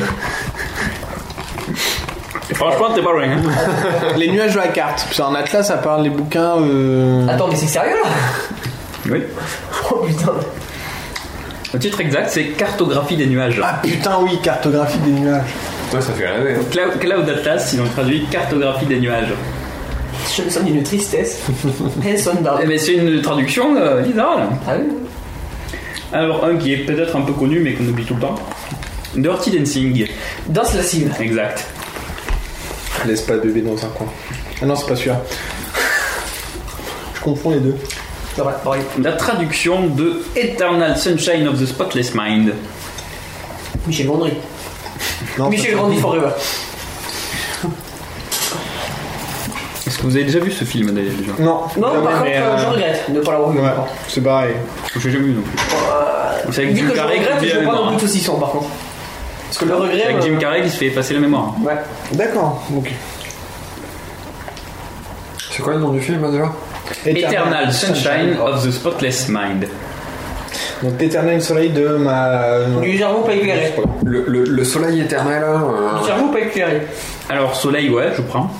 Franchement, t'es pas loin. hein. Les nuages de la carte. Parce qu'en Atlas, à part les bouquins. euh, Attends, mais c'est sérieux là Oui. Oh putain. Le titre exact, c'est Cartographie des nuages. Ah putain, oui, cartographie des nuages. Ouais, ça fait rêver. hein. Cloud, Cloud Atlas, ils ont traduit cartographie des nuages. Je me sens d'une tristesse. Eh ben, c'est une traduction euh, littérale. Alors, un qui est peut-être un peu connu, mais qu'on oublie tout le temps Dirty Dancing. Danse la cime. Exact. Laisse pas bébé dans un coin. Ah non, c'est pas celui-là. Je confonds les deux. La traduction de Eternal Sunshine of the Spotless Mind. Michel Gondry. Michel Gondry Forever. Est-ce que vous avez déjà vu ce film d'ailleurs déjà Non. Non, par contre, euh, je regrette de ne pas l'avoir vu. encore. C'est pareil. J'ai jamais vu non plus. C'est avec Euh, Vu Jim que je Carrey regrette, qui je dit veux la pas mémoire, non plus de hein. saucisson par contre. Parce que le regret. Avec euh, Jim Carrey qui se fait passer la mémoire. Ouais. D'accord, ok. C'est quoi le nom du film déjà Eternal Sunshine of the Spotless Mind. Donc l'éternel soleil de ma. euh, Du cerveau pas éclairé. Le, le- le soleil éternel. hein, euh, Du cerveau pas éclairé. Alors, soleil, ouais, je prends.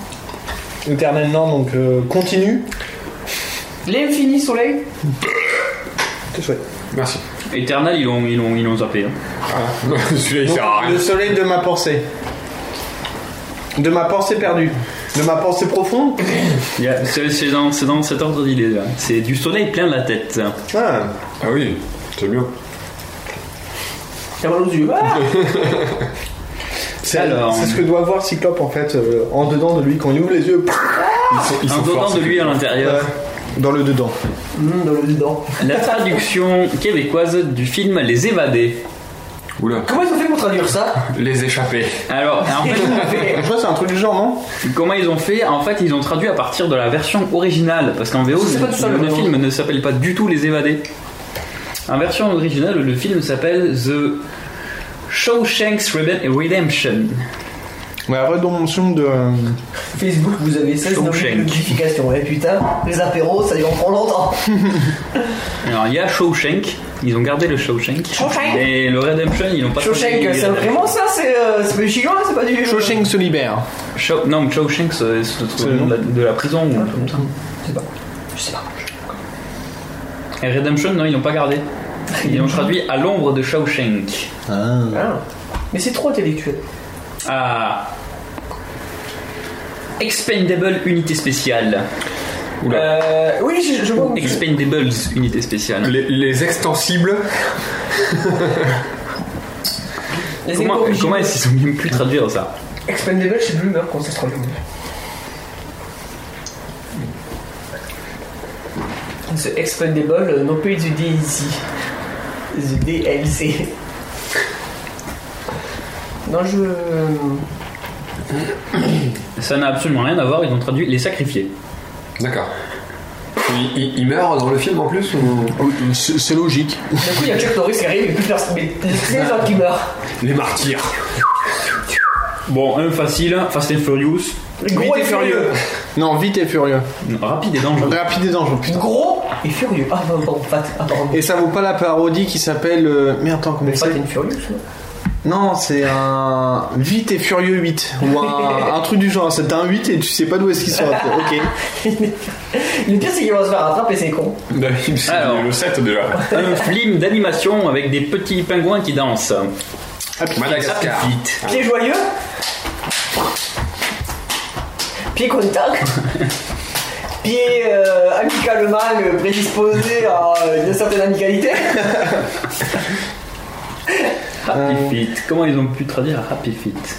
Éternel non, donc euh, continue. L'infini soleil. C'est chouette. Merci. Eternal, ils l'ont, ils l'ont, ils l'ont zappé. hein. Celui-là, il Donc, sert à rien. le soleil de ma pensée. De ma pensée perdue. De ma pensée profonde. Il y a- c'est, c'est dans, c'est dans cet ordre d'idée là. C'est du soleil plein la tête. Ah, Ah oui, c'est mieux. T'as mal aux yeux. c'est Ah Alors. c'est ce que doit voir Cyclope en fait, euh, en dedans de lui, quand il ouvre les yeux. Ils sont, ils Un sont forts, Ah dedans de ces lui à l'intérieur. Dans le dedans. Hum, dans le dedans. La traduction québécoise du film Les Évadés. Oula, Comment ils ont fait pour traduire ça les échappés. Alors, en fait, Je crois que c'est un truc du genre, non Comment ils ont fait En fait, ils ont traduit à partir de la version originale, parce qu'en VO, C'est pas tout ça, le, le le VO. film ne s'appelle pas du tout Les Évadés. En version originale, le film s'appelle The Shawshanks Rebe- Redemption. Ouais, redemption de. euh, Facebook, vous avez 16 Shawshank. notifications. Et putain, les apéros, ça y en prend longtemps. Alors, il y a Shawshank, ils ont gardé le Shawshank. Shawshank. Et le Redemption, ils l'ont pas Shawshank, traduit. c'est vraiment ça C'est euh, c'est pas du chinois, c'est pas du. Shawshank se libère. Shaw- Non, Shawshank, c'est c'est le nom de la, de la prison. ou un truc comme ça. Je sais pas. Je sais pas. Et Redemption, non, ils l'ont pas gardé. Ils l'ont traduit à l'ombre de Shawshank. Ah. Mais c'est trop intellectuel. à Expendable Unité Spéciale. Oula. Euh, oui, je, je vois. où- Expendables Unité Spéciale. Les, les extensibles. Les Comment, éco- comment est-ce qu'ils ont même pu traduire ça Expendable, je sais plus, mais alors, comment ça se traduit Ce Expendable, euh, non plus du DLC. Du DLC. Non, je. euh, Ça n'a absolument rien à voir, ils ont traduit les sacrifiés. D'accord. Il, il- il meurt dans le film en plus ou... Oh, C'est logique. D'un coup, il y a Chuck Norris qui arrive et plus personne. Mais c'est les gens qui meurent. Les martyrs. Bon, un facile, Fast and Furious. Gros et furieux. Non, vite et furieux. Rapide et dangereux. Rapide et dangereux, putain. Gros et furieux. Ah, non, non, fat. Ah, pardon. Et ça vaut pas la parodie qui s'appelle. euh, Merde, attends, comment Mais Fat c'est and Furious, non Non, c'est un. Vite et furieux 8. Ou un, un truc du genre. C'est un 8 et tu sais pas d'où est-ce qu'ils sont. ok. Le pire, c'est qu'ils vont se faire rattraper, c'est con. Alors. le 7 déjà. un film d'animation avec des petits pingouins qui dansent. Madagascar. Vite. Pied joyeux. Pied contact. Pied euh, amicalement euh, prédisposé à euh, une certaine amicalité. Happy Euh. Feet. Comment ils ont pu traduire Happy Feet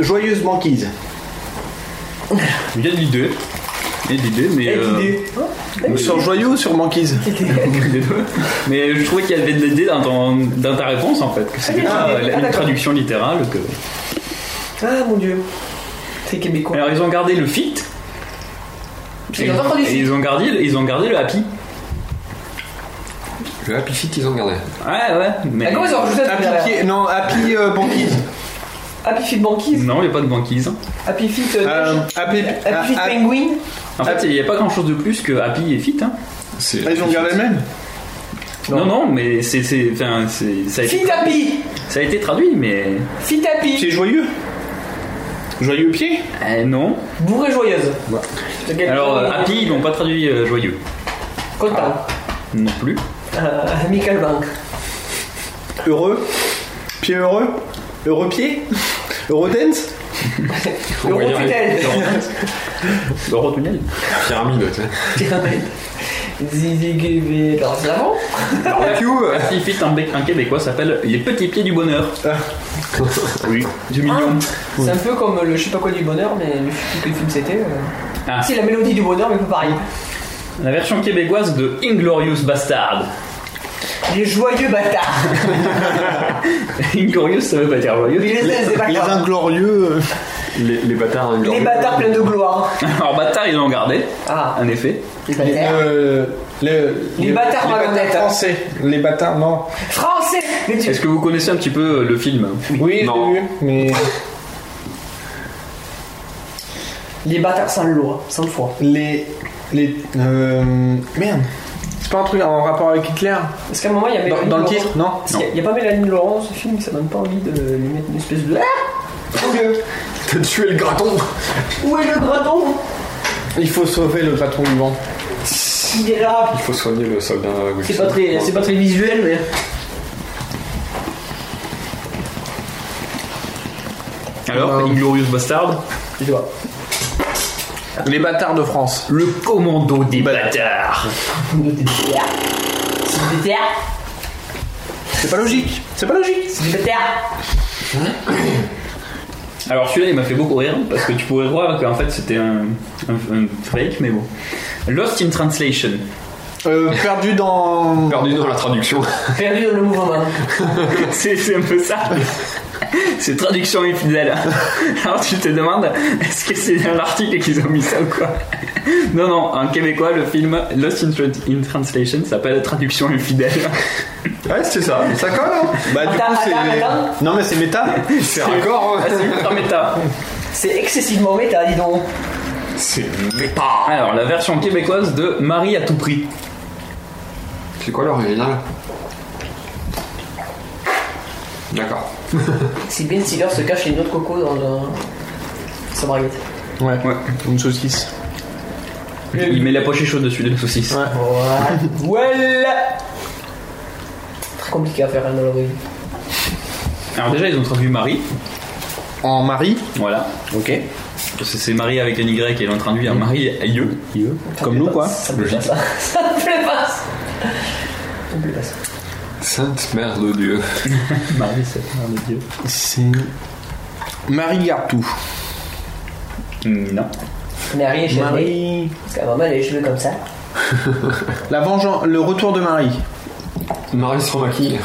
Joyeuse banquise. Il y a de l'idée. Il y a de l'idée, mais. Et euh, l'idée. Sur joyeux ou sur banquise Les deux. Mais je trouvais qu'il y avait de l'idée dans, ton- dans ta réponse en fait, que c'était Ah, pas d'accord. euh, la- Ah, une d'accord. traduction littérale. Que... Ah mon dieu. C'est québécois. Alors ils ont gardé le fit. Ils ont pas traduit et ils ont gardé, ils ont gardé le happy. Le Happy Feet, ils ont gardé. Ouais, ouais. Mais... Ah, comment ils ont rajouté un Happy, truc derrière pied- non, happy euh, banquise. Happy Feet Banquise Non, il n'y a pas de banquise. hein. Happy Feet euh, Euh, Dash happy- ah, Happy Feet ah, Penguin En fait, il n'y a pas grand chose de plus que happy et fit. hein. C'est- Ah, Ils ont gardé le même Non. non, mais c'est, c'est, enfin, c'est- ça, a été, Feet Happy ça a été traduit, mais Feet Happy C'est joyeux Joyeux pied euh, non. Bourrée joyeuse. C'est quelque Alors chose euh, de- happy, ils l'ont pas traduit euh, joyeux Content. non plus. Euh, amicalement. Heureux Pied heureux Heureux pied Eurodance Eurotunnel. Eurotunnel Pyramide, tu Zizi Alors, c'est l'avant Il fit un, bec- un québécois s'appelle Les Petits Pieds du Bonheur. oui, Ah. du million. C'est un peu comme le je sais pas quoi du bonheur, mais le, je sais plus quel film c'était. euh. Ah. C'est la mélodie du bonheur, mais pas pareil. La version québécoise de Inglorious Bastard. Les joyeux bâtards. Inglorious, ça veut pas dire joyeux. Les- les bâtards. Les inglorieux. Les, bâtards Les bâtards pleins de gloire. Ah. Alors, bâtards, ils l'ont gardé. Ah, En effet. Euh, le- Les le- bâtards les malhonnêtes. français. Les bâtards, non. Français Mais tu- Est-ce que vous connaissez un petit peu euh, le film Oui, Non. Mais Les bâtards sans loi, sans foi. les. les euh, merde. C'est pas un truc en rapport avec Hitler Parce qu'à un moment, il y a Dans, Mélanie dans le Laurent. titre, non Parce qu'il y a- Il n'y a pas Mélanie Laurent dans ce film, ça donne pas envie de lui mettre une espèce de. Ah T'as tué le graton Où est le gradon Il faut sauver le patron du vent. Il est là Il faut soigner le soldat. C'est pas très, c'est pas très visuel, mais. Alors, Inglorious Bastard Je vois. Les bâtards de France. Le commando des bâtards. C'est des terres C'est pas logique. C'est pas logique. C'est des terres Alors celui-là il m'a fait beaucoup rire parce que tu pourrais croire qu'en fait c'était un, un, un fake mais bon. Lost in Translation. Euh, perdu dans. Perdu dans la traduction. Perdu dans le mouvement. hein. c'est c'est un peu ça. C'est traduction infidèle. Alors tu te demandes est-ce que c'est dans l'article qu'ils ont mis ça ou quoi Non non, en québécois le film Lost in, Tran- in Translation s'appelle Traduction infidèle. Ouais, c'est ça. Ça colle, hein Bah, du Attends, coup, attends, attends. c'est. Non, mais c'est méta. C'est raccord. Ah, c'est ultra méta. C'est excessivement méta, dis donc. C'est méta. Alors la version québécoise de Marie à tout prix. C'est quoi l'original D'accord. Si Ben Stiller se cache une autre coco dans le. Sa braguette. Ouais. Ouais. Une saucisse. Il met la poche chaude dessus de la saucisse. Ouais. Voilà Très compliqué à faire hein, dans la vraie vie. Alors déjà ils ont traduit Marie. En Marie. Voilà. Ok. C'est c'est Marie avec un Y et l'on traduit en Marie aïeux. Comme nous, quoi. Ça me plaît pas, ça. Ça me plaît pas. ça. Ça me plaît pas, ça. Sainte Mère de Dieu. Marie, c'est la mère de Dieu. C'est. Marie garde tout. Non. Marie est chez Marie. Parce qu'à un moment, elle a les cheveux comme ça. La vengeance. Le retour de Marie. Marie se remaquille.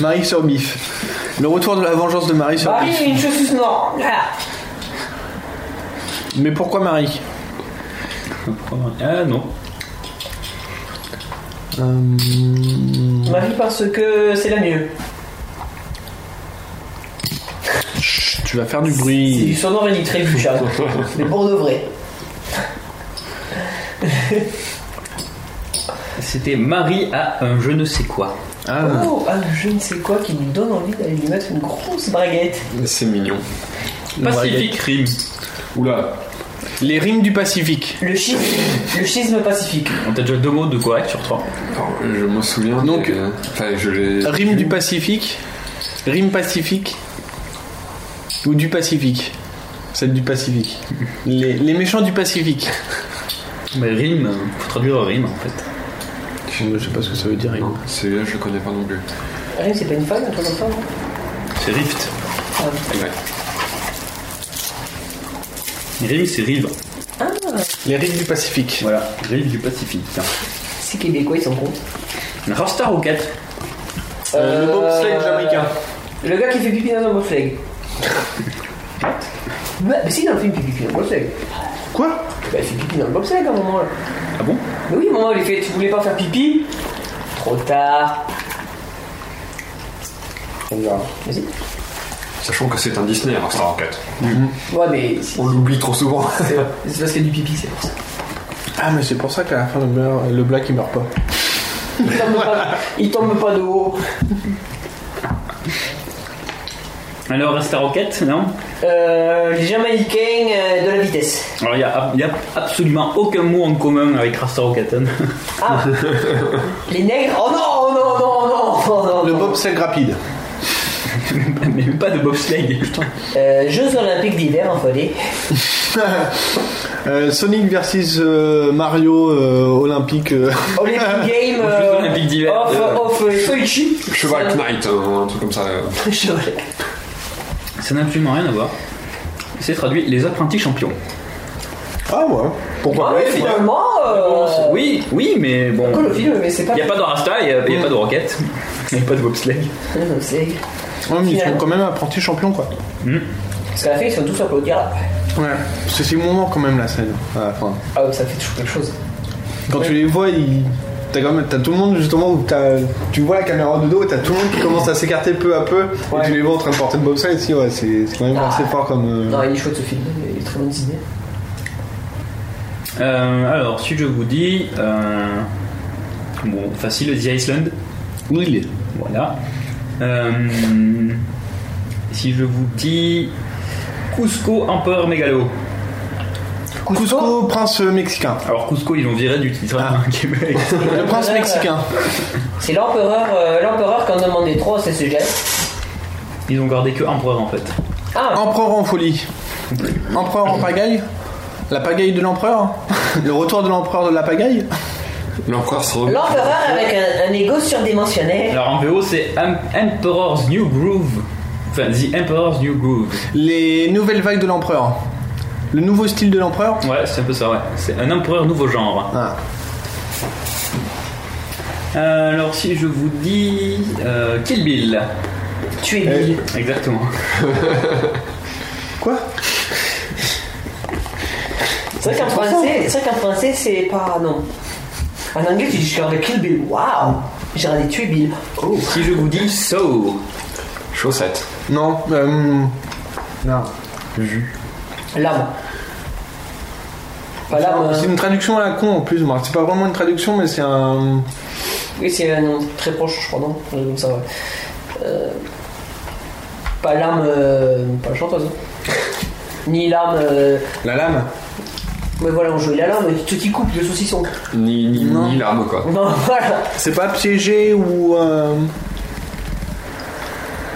Marie sur bif. Le retour de la vengeance de Marie sur Marie bif. est une chaussure noire. Voilà. Mais pourquoi Marie Ah non. Euh, Marie parce que c'est la mieux. chut, Tu vas faire du C'est du bruit. sonore et du trébuchat. Mais pour de vrai. C'était Marie à un je ne sais quoi. Ah, Oh, ah, je ne sais quoi qui lui donne envie d'aller lui mettre une grosse braguette. C'est mignon. Pacific Rim. Oula. les rimes du Pacifique. Le schisme, le schisme pacifique. On t'a déjà deux mots de correct sur trois. Alors, je m'en souviens. Donc, mais, euh, Enfin, je l'ai. Rime du Pacifique. Rime Pacifique. Ou du Pacifique. Celle du Pacifique. Les, les méchants du Pacifique. Mais Rim, euh, faut traduire Rim en fait. Je sais pas ce que ça veut dire. Non, celui-là, je le connais pas non plus. Rien, c'est pas une femme, hein. un truc comme ça, non C'est Rift. Ah. Ouais. Rim, c'est Rive. Les rimes du Pacifique. Voilà. Rive du Pacifique. C'est québécois, ils sont cons. Rasta Rocket. Euh, le bobsleigh jamaïcain. Le gars qui fait pipi dans un bobsleigh. Bah, mais si, dans le film, il fait pipi dans le bobsleigh. Quoi Bah, il fait pipi dans le bobsleigh à un moment. Là. Ah bon Mais oui, à un moment, il fait Tu voulais pas faire pipi Trop tard. Vas-y. Sachant que c'est un Disney, alors Star Rocket. Ouais, mais si, On l'oublie trop souvent. c'est c'est parce qu'il y a du pipi, c'est pour ça. Ah, mais c'est pour ça qu'à la fin, le, bleu- le black il meurt pas. Il tombe pas, il tombe pas de haut. Alors Rasta Rocket, non Euh, les Jamaïcains euh, de la vitesse. Alors il n'y a, il y a absolument aucun mot en commun avec Rasta Rocket. hein. Ah Les nègres Oh non, oh non, non, non, oh non Le bobsleigh rapide. même pas de bobsleigh, putain. Euh, Jeux Olympiques d'hiver en folie. Euh, Sonic versus euh, Mario euh, Olympique. euh. Olympic Game euh, off, off euh, Soichi. Cheval Knight, euh, un truc comme ça. euh. Ça n'a absolument rien à voir. C'est traduit les apprentis champions. Ah ouais. Pourquoi Ah, mais finalement. euh, Oui, oui, mais bon. Pourquoi le film, mais c'est pas- Il n'y a pas de Rasta, il n'y a, il y a pas de Rocket, il n'y a pas de bobsleigh. euh, c'est- Ouais, mais ils sont quand même apprentis champions quoi. Ça a fait, ils sont tous applaudir là. Ouais. Parce que c'est moment quand même la scène. à la fin. Ah, ouais, ça fait toujours quelque chose. Quand tu les vois, ils- T'as quand même, t'as tout le monde justement où t'as- tu vois la caméra de dos et t'as tout le monde qui commence à s'écarter peu à peu et tu les vois en train de porter le bobsleigh si ouais c'est c'est quand même assez fort comme Mm. euh, Non, il est chouette ce film, il est très bon dessiné. Euh, alors, si je vous dis. euh, bon, facile, The Iceland. Oui. Voilà. Euh, si je vous dis. Cusco, empereur mégalo. Cusco, prince euh, mexicain. Alors, Cusco, ils l'ont viré du titre Ah. hein, Québec. Le prince mexicain. C'est l'empereur euh, l'empereur qui en demandait trop à ses sujets. Ils ont gardé que empereur en fait. Empereur en folie. Empereur en pagaille. La pagaille de l'empereur. Le retour de l'empereur de la pagaille. L'empereur se remet. L'empereur avec un, un égo surdimensionné. Alors en VO c'est Em- Emperor's New Groove. Enfin, The Emperor's New Groove. Les nouvelles vagues de l'empereur. Le nouveau style de l'empereur. Ah, Ouais, c'est un peu ça, ouais. C'est un empereur nouveau genre. Euh, alors si je vous dis euh, Kill Bill. Eh, Tu es Bill. Exactement. Quoi C'est vrai qu'en français, c'est vrai qu'en français, c'est pas. Non. En anglais, tu dis je regardé Kill Bill. Waouh J'ai regardé tuer Bill. Oh Si je vous dis Saw. Chaussette. Non. euh, non. L'âme. Pas l'âme. hein. C'est une traduction à la con en plus, moi. C'est pas vraiment une traduction, mais c'est un. Oui, c'est un nom très proche, je crois, non Euh, Comme ça, ouais. Euh, Pas l'âme. euh, Pas la chanteuse. hein. Ni l'âme. euh, La lame Mais voilà, on joue la lame, mais tu t'y coupes le saucisson. Ni, ni, ni l'arme, quoi. Non, voilà. C'est pas piégé ou. euh,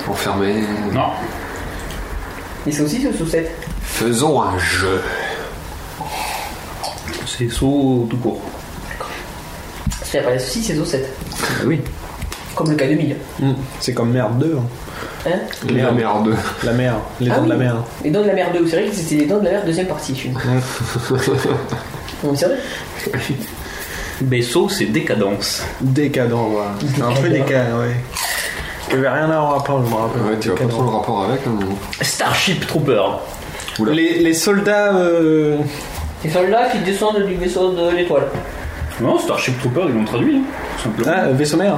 Enfermé. Non. Et c'est aussi ce sous-set. Faisons un jeu. C'est Saw tout court. C'est pas les saucisses, c'est sous-set. Ah oui. Comme le cas de Mille. hmm, C'est comme merde 2. Hein La merde. La mer. Les Ah dents de la oui. mer. Les dents de la mer 2, c'est vrai que c'était les dents de la mer deuxième partie, je suis. Non, mais c'est vrai Mais Saw c'est décadence. Décadent, voilà. C'est un peu décadent, ouais. Il y avait rien à en rapport, je me rappelle. Ouais, tu vois pas Décadent. trop le rapport avec. hein. Starship Trooper. Oula. Les, les soldats. euh, Les soldats qui descendent du vaisseau de l'étoile. Non, Starship Trooper ils l'ont traduit, hein, tout simplement. Ah, euh, vaisseau mère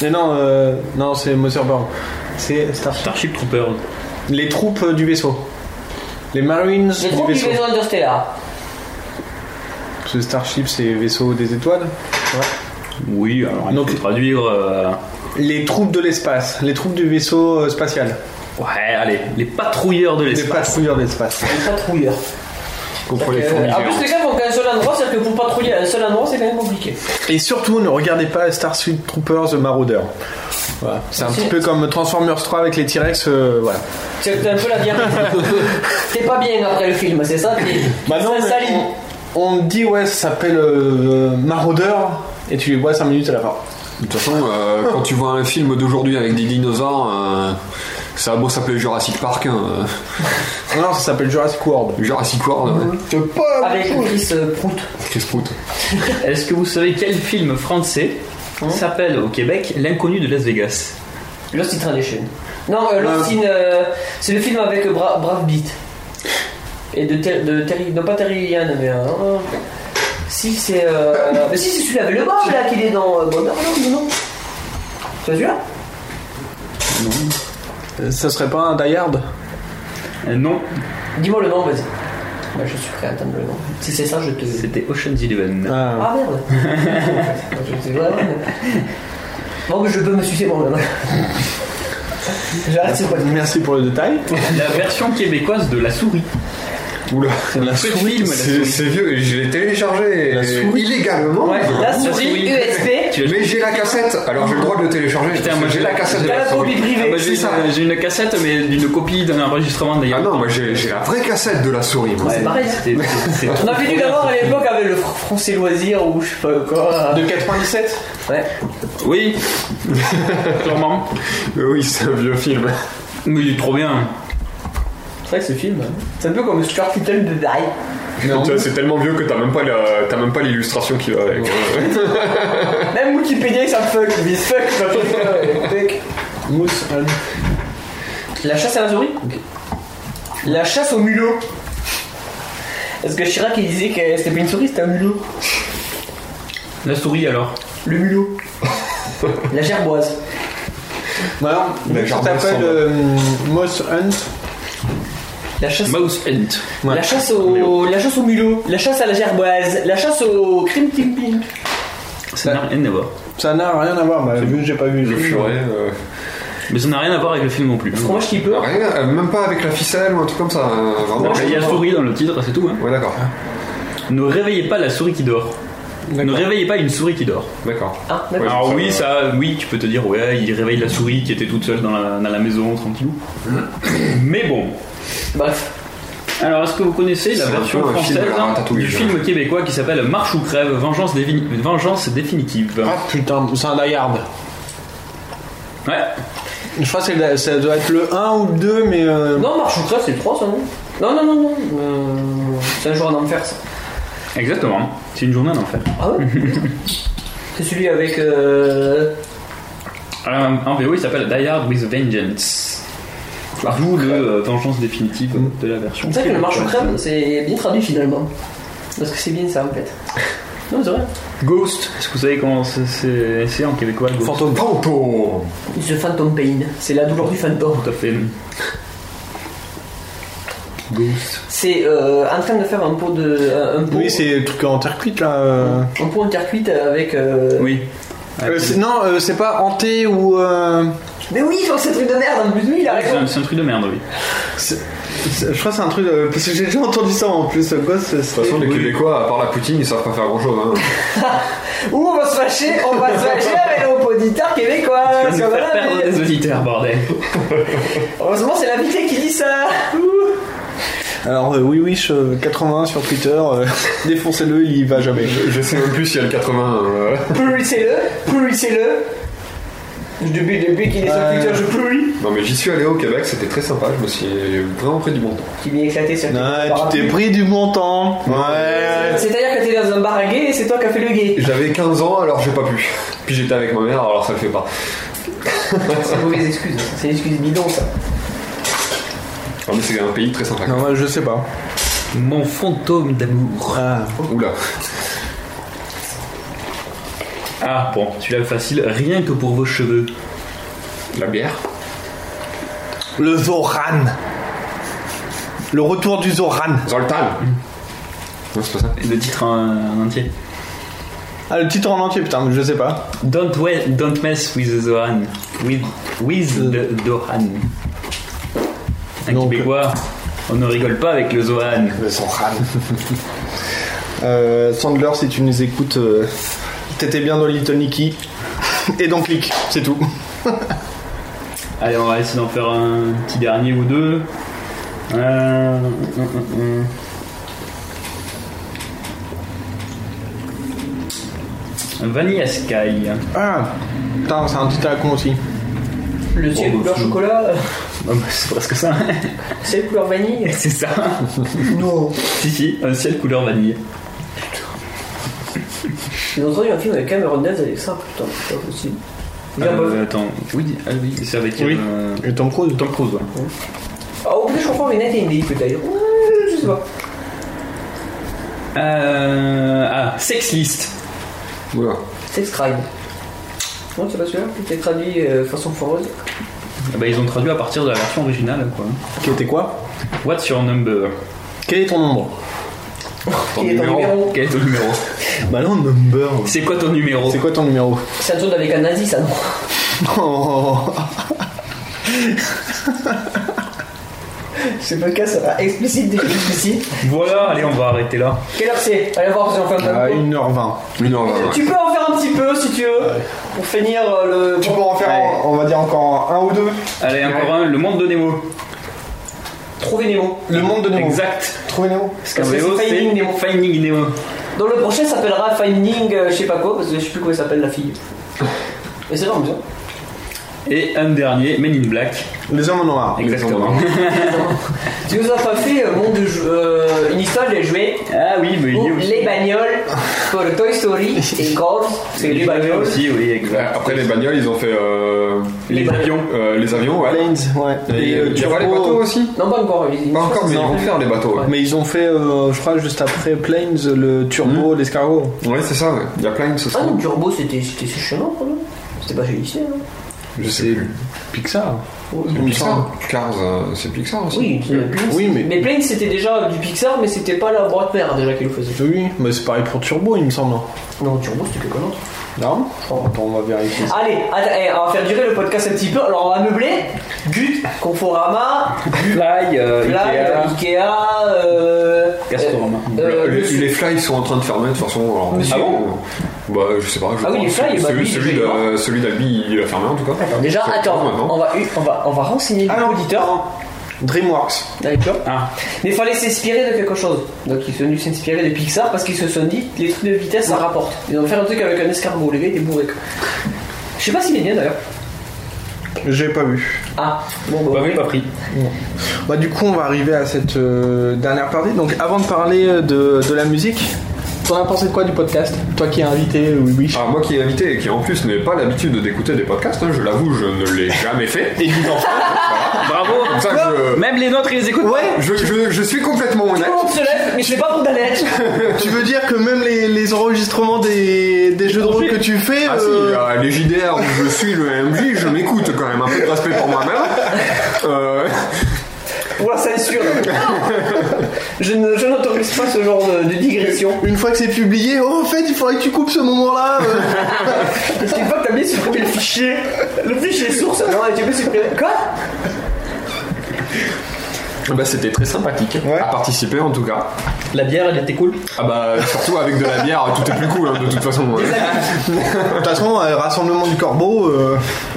Mais non, euh, non c'est Motherburn. C'est Starship. Starship Trooper. Les troupes euh, du vaisseau. Les Marines Les du troupes du vaisseau. vaisseau Interstellar. Parce que Starship, c'est vaisseau des étoiles. Oui, alors on Donc- peut traduire. euh, Les troupes de l'espace. Les troupes du vaisseau euh, spatial. Ouais, allez, les patrouilleurs de Les l'espace. patrouilleurs d'espace. Les patrouilleurs. Contre les Euh, fourmis en plus, géantes. les gars vont qu'à un seul endroit, c'est-à-dire que pour patrouiller à un seul endroit, c'est quand même compliqué. Et surtout, ne regardez pas Starship Troopers The Marauder. Voilà. C'est un petit peu comme Transformers 3 avec les T-Rex. euh, voilà. C'est que t'as un peu la diarrhée. T'es pas bien après le film, c'est ça t'es- Bah non, c'est mais sali. on, on me dit ouais, ça s'appelle euh, Maraudeur et tu les vois 5 minutes à la fin. De toute façon, euh, quand tu vois un film d'aujourd'hui avec des dinosaures, euh, ça a beau s'appeler Jurassic Park. hein, euh, Non, non, ça s'appelle Jurassic World. Ah, Jurassic World, ouais. C'est pas la Avec même chose. Chris euh, Prout. Chris Prout. Est-ce que vous savez quel film français Hein s'appelle au Québec L'inconnu de Las Vegas Lost in Tradition. Non, euh, Lost in. euh, c'est le film avec Bra- Brave Beat. Et de, Ter- de Terry. Non, pas Terry Yann, mais. euh, euh, si, c'est. euh, mais si, c'est celui-là avec le barbe là qu'il est dans. Euh, Bonheur, non, non, non. C'est celui-là Euh, Ça serait pas un Die Hard Euh, Non, Dis-moi le nom, vas-y. Moi, je suis prêt à attendre le nom. Si c'est ça, je te. c'était Ocean's Eleven. Euh. Ah, Ah merde C'est vraiment- Bon, mais je peux me sucer moi maintenant. J'arrête, c'est quoi Merci pour le détail. La version québécoise de La Souris. Oula, la souris, la c'est souris. c'est vieux, et je l'ai téléchargé La et- souris. illégalement. Ouais, la Ah, souris oui. E USB. Mais j'ai la cassette, alors j'ai le droit de le télécharger. Putain, moi j'ai la cassette de la souris. Ah, bah, j'ai c'est ça. une, j'ai une cassette, mais d'une copie d'un enregistrement d'ailleurs. Ah non, moi j'ai la vraie cassette de la souris. Ouais, bah. c'est pareil. On a fini d'abord à l'époque avec le Fr- français loisir ou je sais pas quoi. De 97 Ouais. Oui, clairement. Euh, Oui, c'est un vieux film. Mais il est trop bien. C'est vrai que ce film, hein. c'est un peu comme Stuart Little de Die. Tu vois, C'est tellement vieux que t'as même pas la- t'as même pas l'illustration qui va avec. hein. Même Wikipédia, ça fuck. Mais fuck, ça fuck. Fuck. Mousse. Anne. La chasse à la souris La chasse au mulot. Parce que Chirac, il disait que c'était pas une souris, c'était un mulot. La souris alors Le mulot. la gerboise. Voilà, Mais ça genre s'appelle ensemble. euh, Moss Hunt. La chasse. Mouse Hunt. La chasse au. La chasse au mulot. La chasse à la gerboise. La chasse au crime ting ping. Ça n'a rien à voir. Ça n'a rien à voir, bah, vu que j'ai pas vu le film. Mais ça n'a rien à voir avec le film non plus. Fromage qui peut. Euh, Rien, euh, même pas avec la ficelle ou un truc comme ça. euh, vraiment. Il y a souris dans le titre, c'est tout. Hein. Ouais, d'accord. Ne réveillez pas la souris qui dort. Ne réveillez pas une souris qui dort. D'accord. Ah, d'accord. Alors Ouais, oui, ça, ça, oui, tu peux te dire, ouais, il réveille la souris qui était toute seule dans la, dans la maison, tranquillou. Hein. Mais bon. Bref. Alors, est-ce que vous connaissez la C'est un version peu un film française à la hein, Ratatouille, du je- film québécois qui s'appelle Marche ou crève, vengeance, dévi- vengeance définitive Ah putain, c'est un die-hard. Ouais. Je crois que c'est le- ça doit être le 1 ou le 2, mais. euh, Non, Marche ou Crève, c'est le 3, ça, non Non, non, non, non. euh, C'est un jour en enfer, ça. Exactement, c'est une journée en enfer. Ah ouais C'est celui avec. euh, Alors, Euh, en VO, il s'appelle Die Hard with Vengeance. D'où le euh, vengeance définitive de la version. C'est ça que le Marche ou québécoise. Crève, c'est bien traduit finalement. Parce que c'est bien ça, en fait. Non, c'est vrai. Ghost, est-ce que vous savez comment c'est- c'est c'est en québécois Ghost Fantôme. Fantôme The Phantom Pain. C'est la douleur du fantôme. Tout à fait. Ghost. C'est euh, en train de faire un pot de. euh, Un un pot, Oui, c'est le truc en terre cuite là. euh. un pot en terre cuite avec. euh, Oui. Euh, c'est- non, euh, c'est pas hanté ou. euh, Mais oui, genre, c'est un truc de merde, en plus, lui, il a C'est raison. un, c'est un truc de merde, oui. c'est- c'est- je crois que c'est un truc. euh, parce que j'ai déjà entendu ça en plus, euh, gosse. De toute De toute façon, les Québécois, à part la Poutine, ils savent pas faire hein. grand chose. Ouh, on va se fâcher, on va se fâcher avec nos auditeurs québécois. Tu vas parce nous qu'on Ah, va faire la perdre mettre. des auditeurs, bordel. Heureusement, c'est l'invité qui dit ça. Ouh. Alors, euh, oui, oui, je- 81 sur Twitter, euh, défoncez-le, il y va jamais. Je sais même plus s'il y a le 80. euh, Pourrissez-le, pourrissez-le. Depuis, depuis qu'il est sur Ouais. Twitter, je pourris. Non, mais j'y suis allé au Québec, c'était très sympa, je me suis vraiment pris du bon temps. Qui vient éclater sur Ouais, Twitter. tu t'es pris du montant. Ouais. C'est-à-dire que t'es dans un bar à gay et c'est toi qui as fait le gay. J'avais 15 ans, alors j'ai pas pu. Puis j'étais avec ma mère, alors ça le fait pas. C'est une mauvaise excuse. hein. C'est une excuse bidon, ça. Non, mais c'est un pays très sympa. Non, ouais, je sais pas. Mon fantôme d'amour. Ah. Oula. Ah bon, celui-là facile, rien que pour vos cheveux. La bière Le Zoran. Le retour du Zoran. Zoltan Non, c'est pas ça. Et le titre en, en entier. Ah, le titre en entier, putain, mais je sais pas. Don't, we- don't mess with the Zohan. With, with the Zohan. Un Donc- Québécois, on ne rigole pas avec le Zohan. Le Zoran. euh, Sandler, si tu nous écoutes, euh, t'étais bien dans Little Nicky. Et dans Click, c'est tout. Allez, on va essayer d'en faire un petit dernier ou deux. Euh, hum, hum, hum. Vanilla Sky. Ah, putain, c'est un titre à la con aussi. Le ciel Oh, bah, couleur c'est- chocolat, euh, Ah bah, c'est presque ça. ciel couleur vanille. C'est ça. Non. si, si, un ciel couleur vanille. J'ai entendu un film avec Cameron Diaz avec ça, putain, c'est pas possible. Bien, Euh, bah, attends, oui, ah oui, c'est avec Oui. euh, Et Tom Cruise Tom Cruise. ouais. Ah, au plus, je comprends, mais Nate Indy, peut-être. Ouais, Je sais pas. Euh, ah, Sex List. Oula. Sex Crime. Non, c'est pas celui-là qui était traduit euh, façon foreuse. Ah bah, ils ont traduit à partir de la version originale, quoi. Qui était quoi What's your number Quel est ton nombre Ton Quel est ton numéro Quel est ton numéro Bah non, number. C'est quoi ton numéro C'est quoi ton numéro C'est un truc avec un nazi, ça, non Oh. Ce podcast sera explicite des explicite. Voilà, allez, on va arrêter là. Quelle heure c'est Allez voir si on fait un Ah, À 1h20. 1h20. Tu peux en faire un petit peu si tu veux. Pour finir euh, le. Tu peux en faire On va dire encore un ou deux. Allez, encore un, le monde de Nemo. Trouver Nemo. Le monde de Nemo. Exact. Trouver Nemo. Parce que qu'un c'est Nemo, c'est Finding Nemo. Finding Nemo. Dans le prochain ça s'appellera Finding euh, je sais pas quoi parce que je sais plus comment elle s'appelle la fille. Et c'est vraiment bien. Et un dernier, Men in Black. Les hommes en noir. Exactement. Tu nous as pas fait euh, monde de jeu- euh, une histoire de jouer. Ah oui, mais Pour Oh, les bagnoles, pour le Toy Story et Golf, c'est les bagnoles. aussi, oui, exact. Après les bagnoles, ils ont fait euh, les avions, Euh, les avions, ouais. ouais. Et, euh, tu vois les bateaux aussi Non, pas encore. ils- Pas encore, mais ils Non. vont faire les bateaux. Ouais, Mais ils ont fait, euh, je crois, juste après Planes, le Hmm. turbo, l'escargot. Ouais, c'est ça. ouais. Il y a plein de ce Ah non, Turbo, c'était c'était ce chemin, quand même. C'était pas chez lycée, hein. Je sais plus. Pixar. C'est Pixar. Cars, euh, c'est Pixar aussi. Oui, Mm. Planes, Oui, mais- mais Planes c'était déjà du Pixar, mais c'était pas la boîte mère déjà qui le faisait. Oui, mais c'est pareil pour Turbo, il me semble. hein. Non, Turbo, c'était quelqu'un d'autre. Non Attends, on va vérifier. Allez, attends, eh, on va faire durer le podcast un petit peu. Alors, on va meubler. Gut, Conforama, Fly, euh, Fly, Ikea, Ikea, euh, Castorama. euh, les, le- les fly sont en train de fermer de toute façon. alors, Monsieur. euh, Bah, je sais pas. Je Ah oui, les crois. Fly, bah, celui, lui, celui, je vais de- celui d'Albi, il a fermé en tout cas. Attends, déjà, C'est attends, maintenant. on va, on va, on va renseigner Ah l'auditeur. DreamWorks. D'accord. Ah. Mais il fallait s'inspirer de quelque chose. Donc ils sont venus s'inspirer de Pixar parce qu'ils se sont dit les trucs de vitesse ça rapporte. Ils ont fait un truc avec un escargot, les gars, des bourrés. quoi. Je sais pas s'il est bien d'ailleurs. J'ai pas vu. Ah, bon, bon. Bah oui, pas pris. Bah, du coup, on va arriver à cette euh, dernière partie. Donc, avant de parler euh, de, de la musique, t'en as pensé de quoi du podcast Toi qui es invité, euh, oui, oui. Ah, moi qui est invité et qui en plus n'ai pas l'habitude d'écouter des podcasts, hein, je l'avoue, je ne l'ai jamais fait. Et dis donc. Bravo. Comme ça, je, Même les nôtres, ils les écoutent. Ouais je, je- je suis complètement honnête. On se lève, mais c'est pas pour d'aller. Tu veux dire que même les, les enregistrements des, des jeux de rôle que tu fais. Ah si, euh, euh, les JDR où je suis le MJ, je m'écoute quand même, un peu de respect pour moi-même. Euh, Pour la censure. je ne- je n'autorise pas ce genre de, de euh, digression. Une fois que c'est publié, oh, en fait, il faudrait que tu coupes ce moment-là. euh. Parce qu'une fois que t'as bien supprimé le fichier, le fichier source, non, tu peux supprimer. Quoi bah, c'était très sympathique Ouais. à participer en tout cas. La bière, elle était cool. Ah bah surtout avec de la bière, tout est plus cool hein, de toute façon. ouais. De toute façon, euh, rassemblement du corbeau. euh,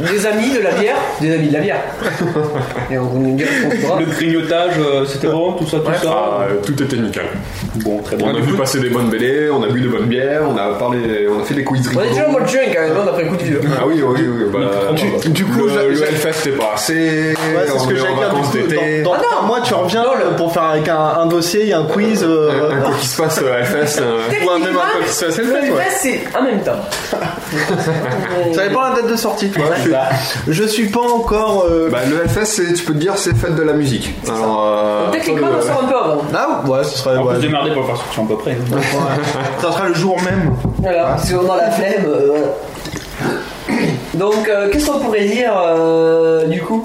Des amis, de la bière Des amis, de la bière. Et on va nous dire qu'on se fera. Le grignotage, euh, c'était bon, tout ça, tout ça. Ah, euh, tout était nickel. Bon, très On a vu passer des bonnes BD, on a bu de bonnes bières, on a parlé, on a fait des quiz On est rigolos. déjà en mode drink quand même, hein, d'après coup de vieux. Ah oui, oui, oui. Bah, Du- du coup, j'a- le, le j'a- Hellfest c'est pas assez. Ouais, c'est ce on que est en j'allais dire. vacances Du coup, d'été. dans, dans Ah non trois mois, tu reviens euh, pour faire avec un, un dossier, un quiz. euh, Un quoi qui se passe à Hellfest, euh, ou un même un quoi qui se passe à Hellfest, Le ouais. reste, c'est en même temps. Ça dépend de la date de sortie. tu vois. Ouais, je, je suis pas encore. euh, Bah, le Hellfest, c'est- tu peux te dire, c'est fête de la musique. Alors, euh, Techniquement, le- on sort un peu avant. Ah ouais, ce serait. On ouais. peut se démerder pour le faire sortir à peu près. Ça sera le jour même. Voilà, parce qu'on a la flemme. euh, voilà. Donc, euh, qu'est-ce qu'on pourrait dire euh, du coup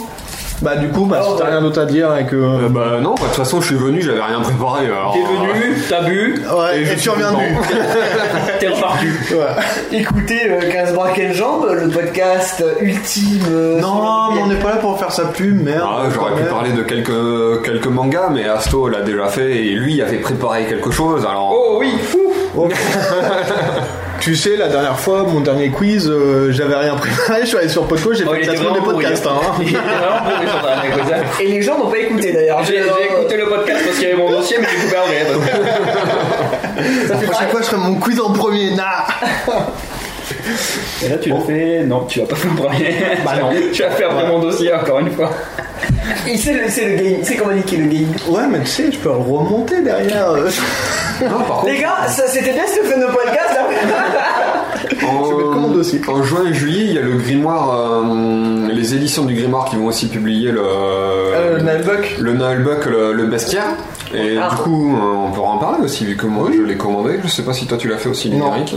Bah du coup, bah, Ah, si t'as ouais. rien d'autre à dire et que. Euh, bah non, bah, de toute façon, je suis venu, j'avais rien préparé. alors, T'es euh, venu, t'as bu, Ouais, et et, je suis tu reviens content. nu. t'es reparti. Ouais. Écoutez euh, 15 bras, quelle jambe, le podcast ultime. Non, euh, sur mais le- on n'est pas là pour faire sa pub, merde. Ah, j'aurais pu Merde. parler de quelques, quelques mangas, mais Asto l'a déjà fait et lui avait préparé quelque chose. Alors, Oh oui, fou. Tu sais, la dernière fois, mon dernier quiz, euh, j'avais rien préparé, je suis allé sur Podco, j'ai Oh, fait le classement des pourri, podcasts. hein. hein. Il était vraiment pourri, sur ta blague, ça. Et les gens n'ont pas écouté d'ailleurs. Euh, J'ai euh, j'ai écouté le podcast parce qu'il y avait mon dossier, mais j'ai coupé en rien. donc. La prochaine fois, je ferai mon quiz en premier. Nah. Et là, tu l'as fait. Non, tu vas pas faire le premier. Bah non. tu vas faire après mon dossier, encore une fois. Il sait le, c'est le game, c'est comment niquer le game. Ouais, mais tu sais, je peux le remonter derrière. euh. non, par contre, Les gars, ça, c'était bien ce fin de podcast là. en, vais mettre commande aussi. en juin et juillet, il y a le Grimoire, euh, les éditions du Grimoire qui vont aussi publier le, Euh, Nalbuck. le Noël Buck, le, le bestiaire. Et Ah. du coup, euh, on pourra en parler aussi, vu que moi je l'ai commandé. Je sais pas si toi tu l'as fait aussi, Eric.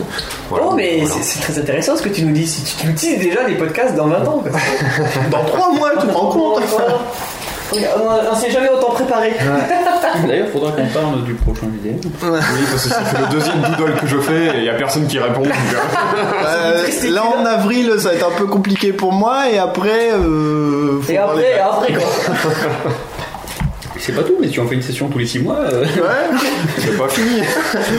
Oh, mais c'est- c'est très intéressant ce que tu nous dis. Si tu, tu nous dis déjà des podcasts dans 20 ans. quoi. Dans trois mois, tu te rends compte On on s'est jamais autant préparé. D'ailleurs, faudra qu'on parle du prochain vidéo. Oui, parce que c'est le deuxième doodle que je fais et il y a personne qui répond. donc, euh, Euh, Là, en avril, ça va être un peu compliqué pour moi, et après. euh, faut Et voir les après, dates. après quoi. c'est pas tout, mais tu en fais une session tous les 6 mois. euh. C'est pas fini.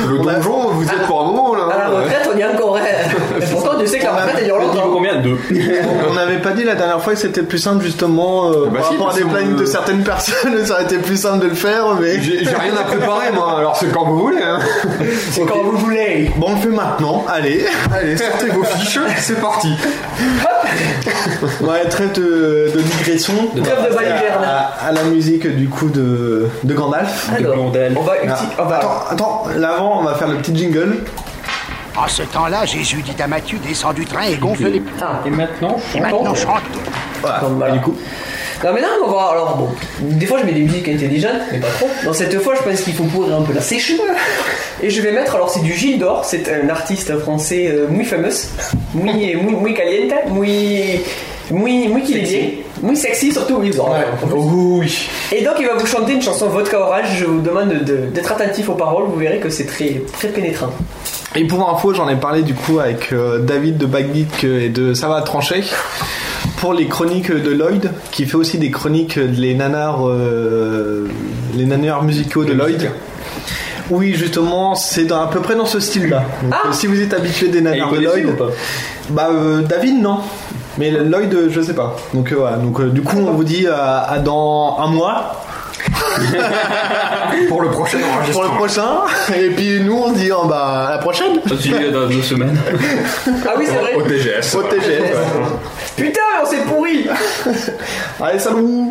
Le donjon, vous êtes pour un moment là. À la retraite, on y est encore. hein. Et pourtant, tu sais que la retraite, elle dure longtemps. combien Deux. On n'avait pas dit la dernière fois que c'était plus simple justement euh, Bah par si, rapport à parce des que plannings on- de certaines personnes, ça aurait été plus simple de le faire, mais J'ai j'ai rien à préparer moi, alors c'est quand vous voulez. Hein. C'est quand vous voulez. Bon, on le fait maintenant. Allez, allez, sortez vos fiches, c'est parti. ouais, trêve de, de digression. Trêve de baliverne. à, à la musique du coup de, de Gandalf. Alors, on va, uti- Ah, on va- Attends, attends, l'avant, on va faire le petit jingle. En ce temps-là, Jésus dit à Matthieu, descend du train et gonfle les... Ah, Et maintenant, je Et maintenant, chante. Voilà. Comme, voilà. Et du coup, Non mais non, on va alors bon. Des fois je mets des musiques intelligentes, mais pas trop. Dans cette fois, je pense qu'il faut pourrir un peu la sèche. Et je vais mettre alors c'est du Gilles d'Or, c'est un artiste français euh, muy famous, muy muy, muy caliente, muy muy muy qu'il est bien, muy sexy surtout oui. bon, en plus. oui. Et donc il va vous chanter une chanson vodka orage. Je vous demande de- d'être attentif aux paroles. Vous verrez que c'est très très pénétrant. Et pour info, j'en ai parlé du coup avec euh, David de Baggeek et de Ça va trancher pour les chroniques de Lloyd, qui fait aussi des chroniques euh, des nanars, euh, les nanars musicaux de Lloyd. Oui, justement, c'est dans- à peu près dans ce style-là. Donc, euh, si vous êtes habitué des Et nanars vous de connaissez Lloyd, ou pas bah euh, David non. Mais Lloyd, euh, je sais pas. Donc euh, voilà. Donc euh, du coup, on vous dit euh, à dans un mois Pour le prochain pour le enregistrement. prochain. Et puis nous, on se dit oh, bah, à la prochaine. Je suis euh, dans deux semaines. Ah oui c'est vrai. Au TGS. Au TGS. Putain mais on s'est pourri. Allez, salut.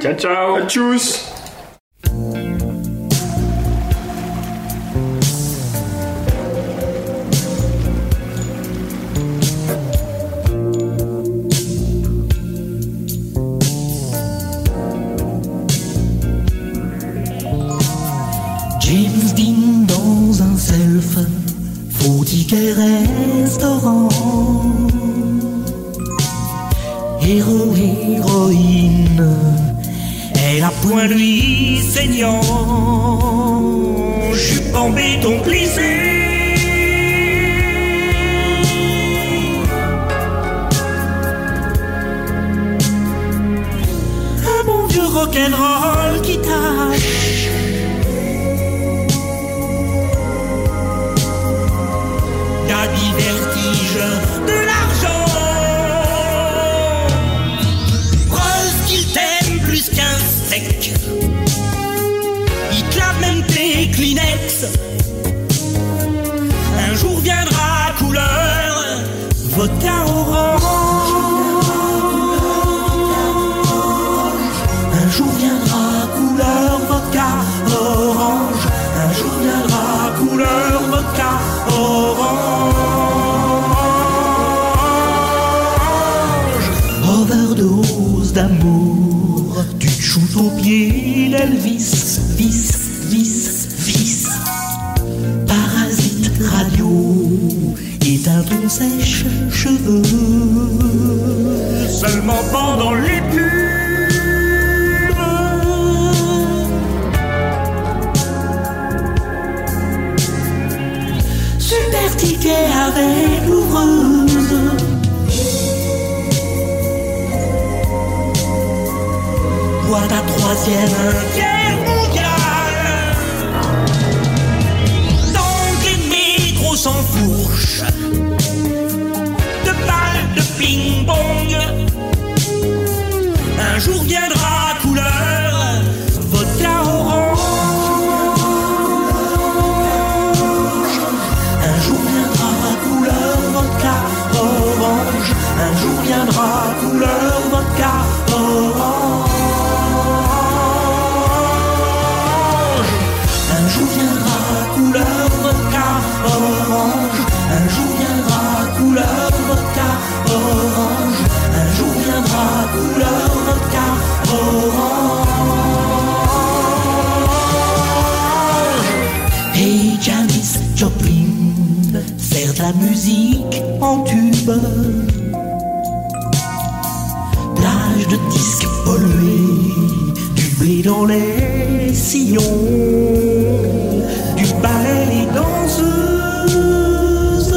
Ciao, ciao. Tchuss. James Dean dans un self, Fautiquet restaurant. Héros, héroïne, elle a point lui saignant. Jupon béton plissé. Un bon vieux rock'n'roll qui tâche. T'as du vertige de l'argent. Preuve qu'il t'aime plus qu'un sec. Il te lave même tes Kleenex. Un jour viendra couleur, vodka orange. Un jour viendra couleur vodka orange. Un jour viendra couleur vodka orange. Overdose d'amour, tu te shootes au pied l'Elvis, vis, vis, vis. Parasite radio, éteins ton sèche-cheveux. Seulement pendant les pubs. Super ticket avec l'ouvreuse. Bois ta troisième guerre mondiale. Donc les métros s'enfourchent De balles de ping-pong Un jour viendra couleur Vodka orange Un jour viendra couleur Vodka orange Un jour viendra couleur Vodka orange un jour viendra couleur vodka orange. Un jour viendra couleur vodka orange. Un jour viendra couleur vodka orange. Hey Janis Joplin, faire de la musique en tube. Plage de disques pollués, du blé dans les sillons, du ballet les danseuses.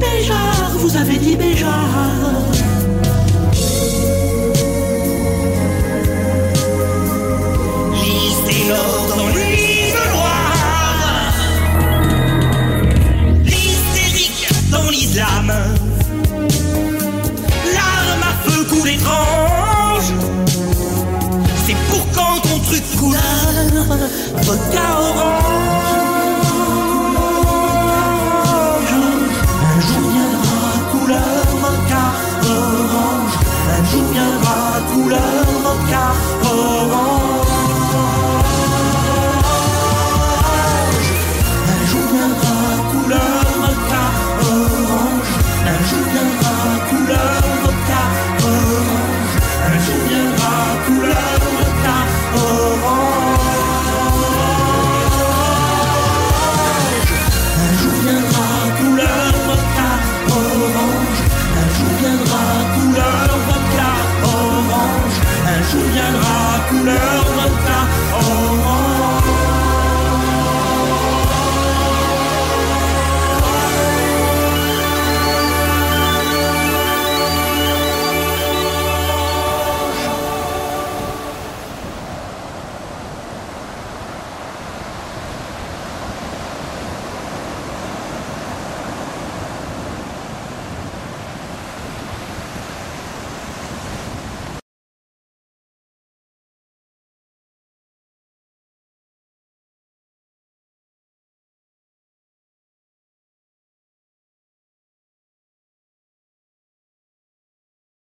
Béjar, vous avez dit Béjar. vodka orange. Un jour viendra couleur vodka orange. Un jour viendra couleur vodka orange. Un jour viendra couleur vodka orange. Un jour viendra couleur vodka orange. Un jour viendra couleur vodka orange. Un jour viendra couleur vodka orange. Un jour viendra couleur vodka orange. Un jour viendra couleur vodka orange.